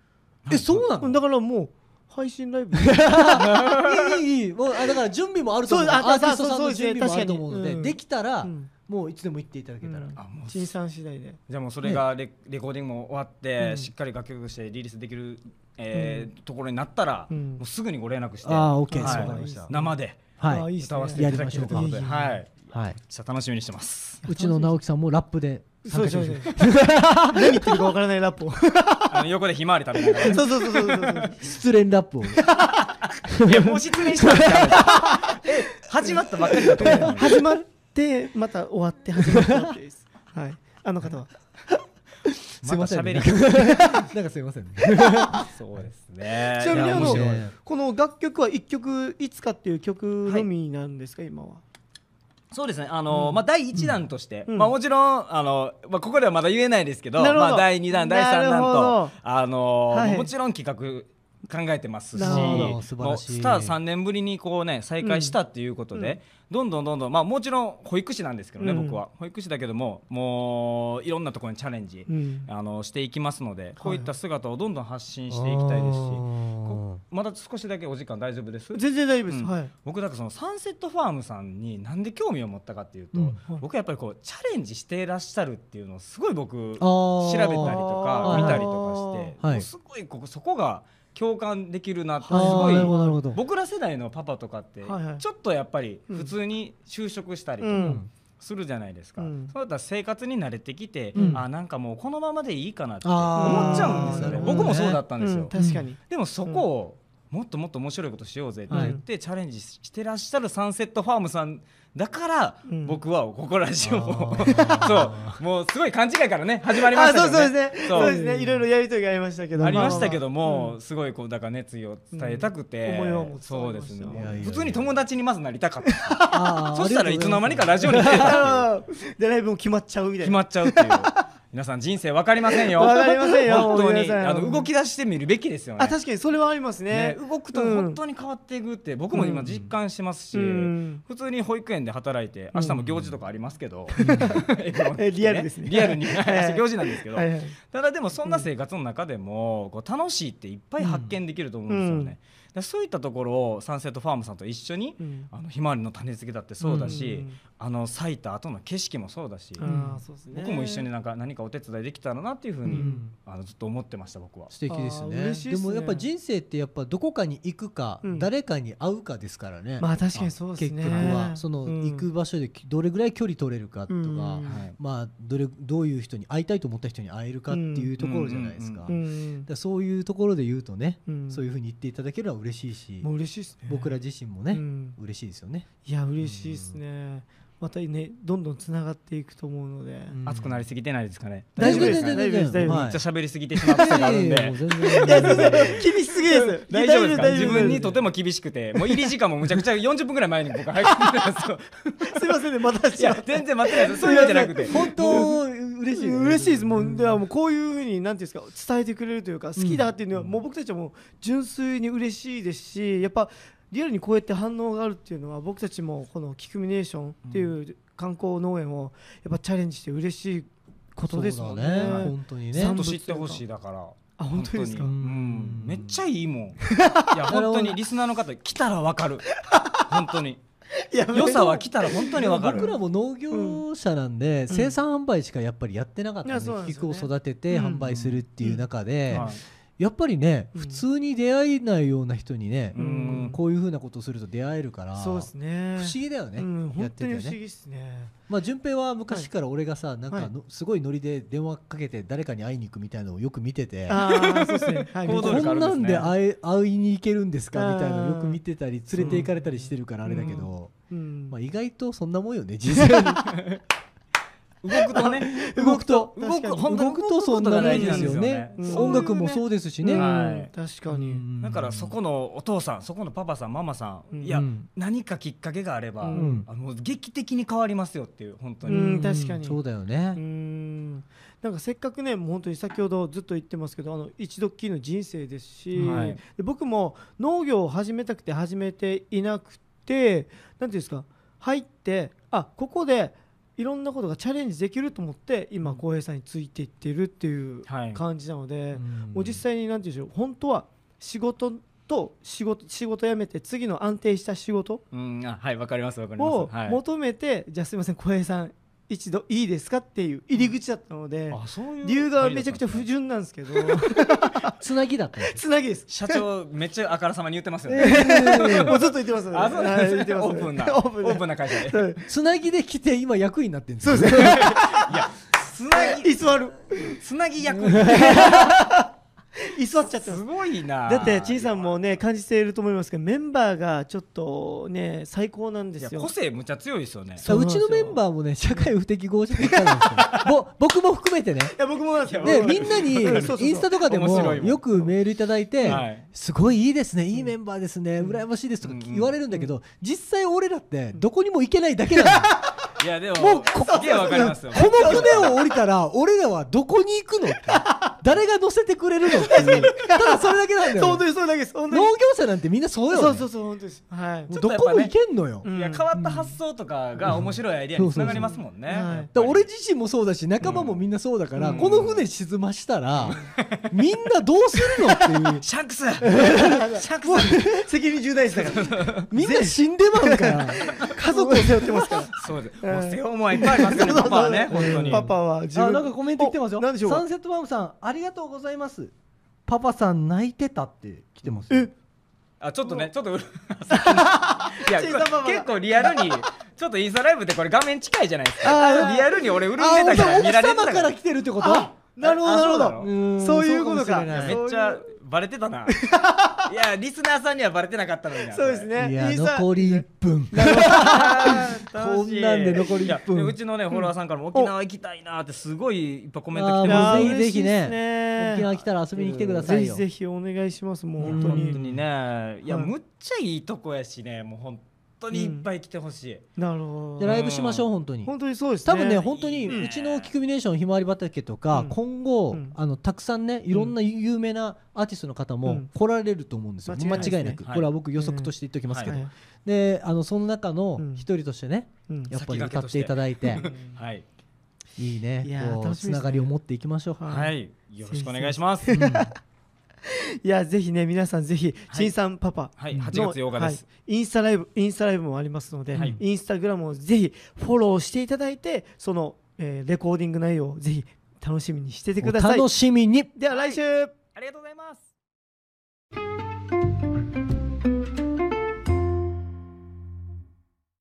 [SPEAKER 2] えそうなの
[SPEAKER 1] だからもう配信ライブ
[SPEAKER 2] いいいいいいもうあだから準備もあると思う
[SPEAKER 1] そう
[SPEAKER 2] ア
[SPEAKER 1] あ
[SPEAKER 2] ーティストさ
[SPEAKER 1] そ
[SPEAKER 2] ん
[SPEAKER 1] う
[SPEAKER 2] の
[SPEAKER 1] です
[SPEAKER 2] 準
[SPEAKER 1] ね
[SPEAKER 2] 備もあると思うので
[SPEAKER 1] 確かにうん
[SPEAKER 2] できたら、
[SPEAKER 1] うん
[SPEAKER 2] もういつでも行っていただけたら、
[SPEAKER 1] うん
[SPEAKER 3] あもう
[SPEAKER 1] 陳さん次第で
[SPEAKER 3] じゃあもうそれがレ,、レコーディングも終わって、
[SPEAKER 1] うん
[SPEAKER 3] しっかり楽曲としてリリースできる、えーところになったら、
[SPEAKER 1] うん
[SPEAKER 3] もうすぐにご連絡して、
[SPEAKER 2] あーオッケー
[SPEAKER 3] はい
[SPEAKER 2] わかりました
[SPEAKER 3] 生で
[SPEAKER 1] あ
[SPEAKER 2] はいい
[SPEAKER 1] いっすね
[SPEAKER 3] 歌わせていただきということで、
[SPEAKER 1] やりましょうか
[SPEAKER 3] はい、
[SPEAKER 2] はい
[SPEAKER 3] じゃあ楽しみにしてます。
[SPEAKER 2] うちの直樹さんもラップで参
[SPEAKER 1] そう
[SPEAKER 2] 加
[SPEAKER 1] で
[SPEAKER 2] し
[SPEAKER 1] す
[SPEAKER 2] て
[SPEAKER 1] ね
[SPEAKER 2] ほし
[SPEAKER 1] 何
[SPEAKER 2] い
[SPEAKER 1] 言ってるかわからないラップをそ
[SPEAKER 3] あの横でひまわり食べなが ら、
[SPEAKER 1] うそうそうそうそう
[SPEAKER 2] 失恋ラップを
[SPEAKER 3] いやもう失 恋したんですよ。え始まったばっかりだと思うの に。
[SPEAKER 1] 始まってまた終わって始まってっていうですはいあの方は
[SPEAKER 2] すいません、
[SPEAKER 3] た
[SPEAKER 2] ね、
[SPEAKER 3] 喋
[SPEAKER 2] な
[SPEAKER 3] り
[SPEAKER 2] んかすいませんね
[SPEAKER 3] そうです ね。
[SPEAKER 1] ちなみに
[SPEAKER 3] いや
[SPEAKER 1] あ
[SPEAKER 3] 面
[SPEAKER 1] の
[SPEAKER 3] 白い
[SPEAKER 1] この楽曲は一曲いつかっていう曲のみなんですか今は
[SPEAKER 3] そうですね、あのまあ、第1弾として、
[SPEAKER 1] うん
[SPEAKER 3] まあ、もちろん、あのまあ、ここではまだ言えないですけど
[SPEAKER 1] なるほど
[SPEAKER 3] まあ、第2弾第3
[SPEAKER 1] なる
[SPEAKER 3] 弾
[SPEAKER 1] ほど
[SPEAKER 3] と、あの
[SPEAKER 1] はい
[SPEAKER 3] もちろん企画考えてますし
[SPEAKER 1] なるほど
[SPEAKER 2] 素晴らしい
[SPEAKER 3] もうスター3年ぶりにこう、ね、再開したっていうことで、どんどんどんどん、まあ、もちろん保育士なんですけどね、
[SPEAKER 1] うん
[SPEAKER 3] 僕は保育士だけどももういろんなところにチャレンジ、
[SPEAKER 1] うん
[SPEAKER 3] あのしていきますのでこういった姿をどんどん発信していきたいですし、こまだ少しだけお時間大丈夫です
[SPEAKER 1] 全然大丈夫で
[SPEAKER 3] う
[SPEAKER 1] す
[SPEAKER 3] ん
[SPEAKER 1] はい
[SPEAKER 3] 僕だからそのサンセットファームさんになんで興味を持ったかっていうと、
[SPEAKER 2] うん
[SPEAKER 1] はい
[SPEAKER 3] 僕はやっぱりこうチャレンジしていらっしゃるっていうのをすごい僕
[SPEAKER 2] 調
[SPEAKER 3] 調べたりとか
[SPEAKER 2] あー
[SPEAKER 3] 見たりとかして、
[SPEAKER 2] はい
[SPEAKER 3] もうすごいここそこが共感できるなってす
[SPEAKER 2] あ
[SPEAKER 3] ご
[SPEAKER 2] ー
[SPEAKER 3] い
[SPEAKER 2] なるほどなるほど
[SPEAKER 3] 僕ら世代のパパとかって
[SPEAKER 1] はいはい
[SPEAKER 3] ちょっとやっぱり普通に就職したりと
[SPEAKER 1] う
[SPEAKER 3] か
[SPEAKER 1] ん
[SPEAKER 3] するじゃないですか、
[SPEAKER 1] うん
[SPEAKER 3] そうだったら生活に慣れてきて、
[SPEAKER 2] うん
[SPEAKER 3] あなんかもうこのままでいいかなって思
[SPEAKER 2] あ
[SPEAKER 1] ー
[SPEAKER 3] っちゃうんですよ
[SPEAKER 1] な
[SPEAKER 3] ね
[SPEAKER 1] るほどね
[SPEAKER 3] 僕もそうだったんですよ、
[SPEAKER 1] うん確かに
[SPEAKER 3] でもそこをもっともっと面白いことしようぜって言って、チャレンジしてらっしゃるサンセットファームさんだから、
[SPEAKER 1] うん
[SPEAKER 3] 僕はここらジオを
[SPEAKER 2] あー
[SPEAKER 3] そうもうすごい勘違いからね始まりま
[SPEAKER 1] あ
[SPEAKER 3] した
[SPEAKER 1] そう
[SPEAKER 3] けど
[SPEAKER 1] そう
[SPEAKER 3] ね。
[SPEAKER 1] ですね
[SPEAKER 3] そう
[SPEAKER 1] そうですねいろいろやりとりがありましたけど
[SPEAKER 3] ありましたけど
[SPEAKER 1] まあまあまあ
[SPEAKER 3] も、
[SPEAKER 1] うん
[SPEAKER 3] すごいこうだから熱意を伝えたくて、
[SPEAKER 1] うん思いを持つ
[SPEAKER 3] そうですね
[SPEAKER 1] い
[SPEAKER 2] やいやいや
[SPEAKER 3] 普通に友達にまずなりたかった
[SPEAKER 2] あー
[SPEAKER 3] そしたらいつの間にか
[SPEAKER 2] ありがとうございます
[SPEAKER 3] ラジオに来てたっていう
[SPEAKER 1] でライブも決まっちゃうみたい
[SPEAKER 3] 決
[SPEAKER 1] な
[SPEAKER 3] まっちゃうっていう皆さん人生わかりませんよ
[SPEAKER 1] わかりませんよ
[SPEAKER 3] 本当
[SPEAKER 1] ごめんな
[SPEAKER 3] に
[SPEAKER 1] さい
[SPEAKER 3] あの動き出してみるべきですよね
[SPEAKER 1] あ確かにそれはありますね
[SPEAKER 3] ね動くと
[SPEAKER 1] うん
[SPEAKER 3] 本当に変わっていくって、僕も今実感してますし、
[SPEAKER 1] うん
[SPEAKER 3] 普通に保育園で働いて明日も行事とかありますけど、
[SPEAKER 1] えリアルですね
[SPEAKER 3] リアルに
[SPEAKER 1] はい
[SPEAKER 3] 明日行事なんですけど、
[SPEAKER 1] はいはい
[SPEAKER 3] ただでもそんな生活の中でも、こう楽しいっていっぱい発見できると思うんですよ
[SPEAKER 1] う
[SPEAKER 3] ね、
[SPEAKER 1] ん
[SPEAKER 3] だからそういったところをサンセットファームさんと一緒に、
[SPEAKER 1] うん
[SPEAKER 3] あのひまわりの種付けだってそうだし、
[SPEAKER 1] うん
[SPEAKER 3] あの咲いた後の景色もそうだし、
[SPEAKER 1] あーそうですね
[SPEAKER 3] 僕も一緒になんか何かお手伝いできたらなっていうふうに、
[SPEAKER 1] うん
[SPEAKER 3] あのずっと思ってました僕は。
[SPEAKER 2] 素敵です
[SPEAKER 1] あー
[SPEAKER 2] ね
[SPEAKER 1] 嬉しいっすね
[SPEAKER 2] でもやっぱ人生ってやっぱどこかに行くか、
[SPEAKER 1] うん
[SPEAKER 2] 誰かに会うかですからね、
[SPEAKER 1] まあ確かにそうです
[SPEAKER 2] 結
[SPEAKER 1] ね
[SPEAKER 2] 局はその
[SPEAKER 1] うん
[SPEAKER 2] 行く場所できどれぐらい距離取れるかとか、
[SPEAKER 1] うん
[SPEAKER 3] はい
[SPEAKER 2] まあどれどういう人に会いたいと思った人に会えるかっていうところじゃないですか,、
[SPEAKER 3] うん
[SPEAKER 1] う
[SPEAKER 2] だか
[SPEAKER 1] ん
[SPEAKER 2] らそういうところで言うとね、
[SPEAKER 1] うん
[SPEAKER 2] そういうふうに言っていただけるのは嬉しいし、
[SPEAKER 1] もう嬉しいですね
[SPEAKER 2] 僕ら自身もね、
[SPEAKER 1] うん
[SPEAKER 2] 嬉しいですよね、
[SPEAKER 1] いや嬉しいですねまたねどんどんつながっていくと思うので
[SPEAKER 3] 熱くなりすぎてないですかね。
[SPEAKER 1] 大丈夫です
[SPEAKER 3] かね
[SPEAKER 1] 大丈夫です大丈夫です
[SPEAKER 3] めっちゃ喋りすぎてしまう癖があるん
[SPEAKER 2] いやいやいや
[SPEAKER 3] で
[SPEAKER 2] もう。全 然
[SPEAKER 1] 厳しすぎです
[SPEAKER 3] 大丈夫ですか
[SPEAKER 1] 大
[SPEAKER 3] 自
[SPEAKER 1] 丈夫
[SPEAKER 3] 分にとても厳しくてもう入り時間もむちゃくちゃ40分ぐらい前に僕入ってたんですよ
[SPEAKER 1] すいませんねまた
[SPEAKER 3] いや全然待ってないですそういうわけじゃなくて
[SPEAKER 2] 本当嬉しいね
[SPEAKER 1] 嬉しいですもうではもうこういうふうになんていうんですか伝えてくれるというか好きだっていうのはもう僕たちはもう純粋に嬉しいですしやっぱリアルにこうやって反応があるっていうのは僕たちもこのキクミネーションっていう観光農園をやっぱチャレンジして嬉しいことですもんね
[SPEAKER 2] そうだね本当にね
[SPEAKER 3] ちゃんと知ってほしいだから
[SPEAKER 1] あ本当ですか
[SPEAKER 3] 本にう
[SPEAKER 2] うん
[SPEAKER 3] んめっちゃいいもんいや本当にリスナーの方来たらわかる本当に
[SPEAKER 1] いや
[SPEAKER 3] 良さは来たら本当にわかる
[SPEAKER 2] 僕らも農業者なんで、生産販売しかやっぱりやってなかった
[SPEAKER 1] い
[SPEAKER 2] ん
[SPEAKER 1] や
[SPEAKER 2] で
[SPEAKER 1] そうなんです
[SPEAKER 2] 菊
[SPEAKER 1] よ
[SPEAKER 2] を
[SPEAKER 1] ね
[SPEAKER 2] 育てて販売するっていう中で、
[SPEAKER 3] はい
[SPEAKER 2] やっぱりね、
[SPEAKER 1] うん
[SPEAKER 2] 普通に出会えないような人にね、
[SPEAKER 3] うん
[SPEAKER 2] こういうふうなことをすると出会えるから
[SPEAKER 1] そうですね
[SPEAKER 2] 不思議だよね、
[SPEAKER 1] うん、
[SPEAKER 2] や
[SPEAKER 1] 本
[SPEAKER 2] って
[SPEAKER 1] 当
[SPEAKER 2] て
[SPEAKER 1] に
[SPEAKER 2] ね
[SPEAKER 1] 不思議ですね。
[SPEAKER 2] まあ順平は昔から俺がさ、なんかのすごいノリで電話かけて誰かに会いに行くみたいなのをよく見てて。
[SPEAKER 1] ああ、そうですね。はい
[SPEAKER 3] 行動
[SPEAKER 2] こ
[SPEAKER 3] 力あ
[SPEAKER 2] ん
[SPEAKER 3] るん
[SPEAKER 2] な
[SPEAKER 3] です
[SPEAKER 2] ん
[SPEAKER 3] ね
[SPEAKER 2] で会え会いに行けるんですかみたいなのをよく見てたり
[SPEAKER 1] ん
[SPEAKER 2] 連れて行かれたりしてるからあれだけど、
[SPEAKER 1] うん
[SPEAKER 2] まあ、意外とそんなもんよね人生
[SPEAKER 3] 動くとね
[SPEAKER 2] 動くと
[SPEAKER 3] 動く本当
[SPEAKER 2] 動
[SPEAKER 3] に
[SPEAKER 2] くとそんなもんですよね
[SPEAKER 3] 動くことが大事なんですよね
[SPEAKER 2] 音楽もそうですしね、
[SPEAKER 1] うん
[SPEAKER 3] はい
[SPEAKER 1] 確かに。
[SPEAKER 2] うん
[SPEAKER 3] だからそこのお父さんそこのパパさんママさん、
[SPEAKER 1] うん
[SPEAKER 3] いや、
[SPEAKER 2] うん
[SPEAKER 3] 何かきっかけがあれば、
[SPEAKER 2] うん
[SPEAKER 3] あのもう劇的に変わりますよっていう本当
[SPEAKER 1] う
[SPEAKER 3] に、
[SPEAKER 1] ん確かに
[SPEAKER 2] そうだよね
[SPEAKER 1] うー、んなんかせっかくねもう本当に先ほどずっと言ってますけどあの一度っきりの人生ですし、
[SPEAKER 3] はい
[SPEAKER 1] で僕も農業を始めたくて始めていなくてなんていうんですか入ってあここでいろんなことがチャレンジできると思って今浩平さんについていってるっていう
[SPEAKER 3] はい
[SPEAKER 1] 感じなので、
[SPEAKER 2] うん
[SPEAKER 1] もう実際になんていうんでしょう本当は仕事と仕事仕事辞めて次の安定した仕事
[SPEAKER 3] うんあはいわかりますわかります
[SPEAKER 1] を
[SPEAKER 3] はい
[SPEAKER 1] 求めて、じゃあすみません小平さん一度いいですかっていう入り口だったので、
[SPEAKER 3] あそういう
[SPEAKER 1] 理由がめちゃくちゃ不
[SPEAKER 3] 純
[SPEAKER 1] 純なんですけど
[SPEAKER 2] つなぎだったよ
[SPEAKER 1] つなぎ です
[SPEAKER 3] 社長めっちゃあからさまに言ってますよね、
[SPEAKER 1] もうずっと言ってますので
[SPEAKER 3] あそうなん
[SPEAKER 1] はい
[SPEAKER 3] です
[SPEAKER 1] 言
[SPEAKER 3] ね
[SPEAKER 1] ってます
[SPEAKER 3] オープンな
[SPEAKER 1] オ
[SPEAKER 3] オ
[SPEAKER 1] ープン
[SPEAKER 3] ープンな会社で
[SPEAKER 1] はい
[SPEAKER 2] つなぎで来て今役員になってるんですよ
[SPEAKER 1] そうですね
[SPEAKER 3] つなぎ
[SPEAKER 1] 居座る
[SPEAKER 3] つなぎ役
[SPEAKER 1] 居座っちゃってます
[SPEAKER 3] すごいな
[SPEAKER 1] だって陳さんもね感じていると思いますけどメンバーがちょっとね最高なんで
[SPEAKER 3] いや
[SPEAKER 1] す
[SPEAKER 3] 個
[SPEAKER 1] よ
[SPEAKER 3] 性むちゃ強いですよね
[SPEAKER 1] そう
[SPEAKER 2] うちのメンバーもね社会不適合者だったんですよぼ僕も含めてね
[SPEAKER 1] いや僕も なんですよ僕
[SPEAKER 2] で
[SPEAKER 1] も
[SPEAKER 2] みんな に
[SPEAKER 1] そうそうそう
[SPEAKER 2] インスタとかでも
[SPEAKER 3] 面白いもん
[SPEAKER 2] よくメールいただいて
[SPEAKER 3] はい
[SPEAKER 2] すごいいいですねいいメンバーですね羨ましいですとか
[SPEAKER 3] うん
[SPEAKER 2] 言われるんだけど実際俺らってどこにも行けないだけなの
[SPEAKER 3] いやで
[SPEAKER 2] も
[SPEAKER 3] も
[SPEAKER 2] うこ
[SPEAKER 3] すげえわかりますよ
[SPEAKER 2] この船を降りたら俺らはどこに行く のって誰が乗せてくれるのっていうただそれだけなんだよ
[SPEAKER 1] 本当
[SPEAKER 2] ね
[SPEAKER 1] にそれだけです本当
[SPEAKER 2] 農
[SPEAKER 1] に
[SPEAKER 2] 業者なんてみんなそう
[SPEAKER 1] そ
[SPEAKER 2] よ
[SPEAKER 1] う
[SPEAKER 2] ね
[SPEAKER 1] そうそう本当ですはい
[SPEAKER 2] もうどこも行けんのよ
[SPEAKER 1] うん
[SPEAKER 3] いや変わった発想とかが面白いアイディアにつながりますもんね
[SPEAKER 1] うんそうそうそう
[SPEAKER 3] やっ
[SPEAKER 2] だか
[SPEAKER 3] ぱり
[SPEAKER 2] ら俺自身もそうだし仲間もみんなそうだから、
[SPEAKER 3] うん
[SPEAKER 2] この船沈ましたら、みんなどうするのっていう
[SPEAKER 3] シャンクスシャンクス
[SPEAKER 1] 責任重大ですだから
[SPEAKER 2] みんな死んでまう から
[SPEAKER 1] 家族を背負ってますから
[SPEAKER 3] そうです。
[SPEAKER 1] えー
[SPEAKER 3] もう背負うもんはいっぱいあり ますよね、パパはね、本当に。
[SPEAKER 1] パパは自分
[SPEAKER 2] あなんかコメント来てますよ
[SPEAKER 1] お何でしょうか
[SPEAKER 2] サンセットバームさんありがとうございますパパさん泣いてたって来てますよ
[SPEAKER 3] あ、ちょっとね、ちょっとうる。 いや、
[SPEAKER 1] 小さなパパ
[SPEAKER 3] こ
[SPEAKER 1] が
[SPEAKER 3] れ結構リアルに、ちょっとインスタライブってこれ画面近いじゃないです
[SPEAKER 1] あ
[SPEAKER 3] か。
[SPEAKER 1] ー
[SPEAKER 3] リアルに俺潤んで
[SPEAKER 2] あ
[SPEAKER 3] た
[SPEAKER 2] 奥
[SPEAKER 3] から見られて
[SPEAKER 2] 様
[SPEAKER 3] た
[SPEAKER 2] か
[SPEAKER 3] からら
[SPEAKER 2] 来。てるってこと
[SPEAKER 1] あなるほど
[SPEAKER 3] あ
[SPEAKER 1] なるほ
[SPEAKER 3] そうだろ
[SPEAKER 1] ど
[SPEAKER 3] う
[SPEAKER 2] ーん
[SPEAKER 1] そういうこと
[SPEAKER 2] そうか
[SPEAKER 1] か
[SPEAKER 2] もしれない
[SPEAKER 3] めっちゃバレてたな。いや、リスナーさんにはバレてなかったのにな。
[SPEAKER 1] そうです
[SPEAKER 2] い
[SPEAKER 1] ね
[SPEAKER 2] や
[SPEAKER 1] インスタ
[SPEAKER 2] 残り1分
[SPEAKER 3] 楽しい。
[SPEAKER 2] こんなんで残り
[SPEAKER 3] いや
[SPEAKER 2] 1分
[SPEAKER 3] でうちのね、フォロワーさんからも沖縄行きたいなって、すごいいっぱいコメント来て
[SPEAKER 2] あ
[SPEAKER 3] ま
[SPEAKER 2] ー
[SPEAKER 3] す
[SPEAKER 2] も
[SPEAKER 3] よ
[SPEAKER 2] う。ぜひぜひね
[SPEAKER 1] ね
[SPEAKER 2] 沖縄来たら遊びに来てくださいよ
[SPEAKER 1] ぜひぜひお願いしますもう
[SPEAKER 3] 本
[SPEAKER 1] 本
[SPEAKER 3] 当
[SPEAKER 1] 当
[SPEAKER 3] に
[SPEAKER 1] に
[SPEAKER 3] ね、いや、
[SPEAKER 1] はい
[SPEAKER 3] むっちゃいいとこやしね、もう本当にいっぱい来てほしい、
[SPEAKER 1] なるほ
[SPEAKER 2] で
[SPEAKER 1] ど
[SPEAKER 3] ら
[SPEAKER 2] ライブしましょう本当に
[SPEAKER 1] 本当にそうですね
[SPEAKER 2] 多分ね
[SPEAKER 1] ほん
[SPEAKER 2] 本当に
[SPEAKER 3] いいね
[SPEAKER 2] うちのキュミネーションひまわり畑とか、
[SPEAKER 1] うん
[SPEAKER 2] 今後、
[SPEAKER 1] うん
[SPEAKER 2] あのたくさんねいろんな有名なアーティストの方
[SPEAKER 1] う
[SPEAKER 2] も
[SPEAKER 1] ん
[SPEAKER 2] 来られると思うんですよ、
[SPEAKER 1] 間違いないですね
[SPEAKER 2] 間違いなく、
[SPEAKER 3] はい
[SPEAKER 2] これは僕予測として言っておきますけど、
[SPEAKER 1] はい
[SPEAKER 2] であのその中の
[SPEAKER 1] うん
[SPEAKER 2] 一人としてね、
[SPEAKER 1] うん
[SPEAKER 2] やっぱり歌っていただいて
[SPEAKER 3] はい、
[SPEAKER 2] いいね
[SPEAKER 1] いやー
[SPEAKER 2] こう
[SPEAKER 1] 楽し
[SPEAKER 2] つ
[SPEAKER 1] みですね
[SPEAKER 2] ながりを持っていきましょう、
[SPEAKER 1] はい
[SPEAKER 3] はい、よろしくお願いします
[SPEAKER 2] う。ん
[SPEAKER 1] いやぜひね皆さんぜひ
[SPEAKER 3] はい
[SPEAKER 1] 陳さんパパ
[SPEAKER 3] はい、
[SPEAKER 2] うん
[SPEAKER 3] 8月
[SPEAKER 1] の
[SPEAKER 3] 8日です。
[SPEAKER 1] はいインスタライブインスタライブもありますので、
[SPEAKER 2] はい
[SPEAKER 1] インスタグラムをぜひフォローしていただいてその、えーレコーディング内容をぜひ楽しみにしててくださ
[SPEAKER 2] お
[SPEAKER 1] い
[SPEAKER 2] 楽しみに
[SPEAKER 1] では来週、
[SPEAKER 3] ありがとうございます。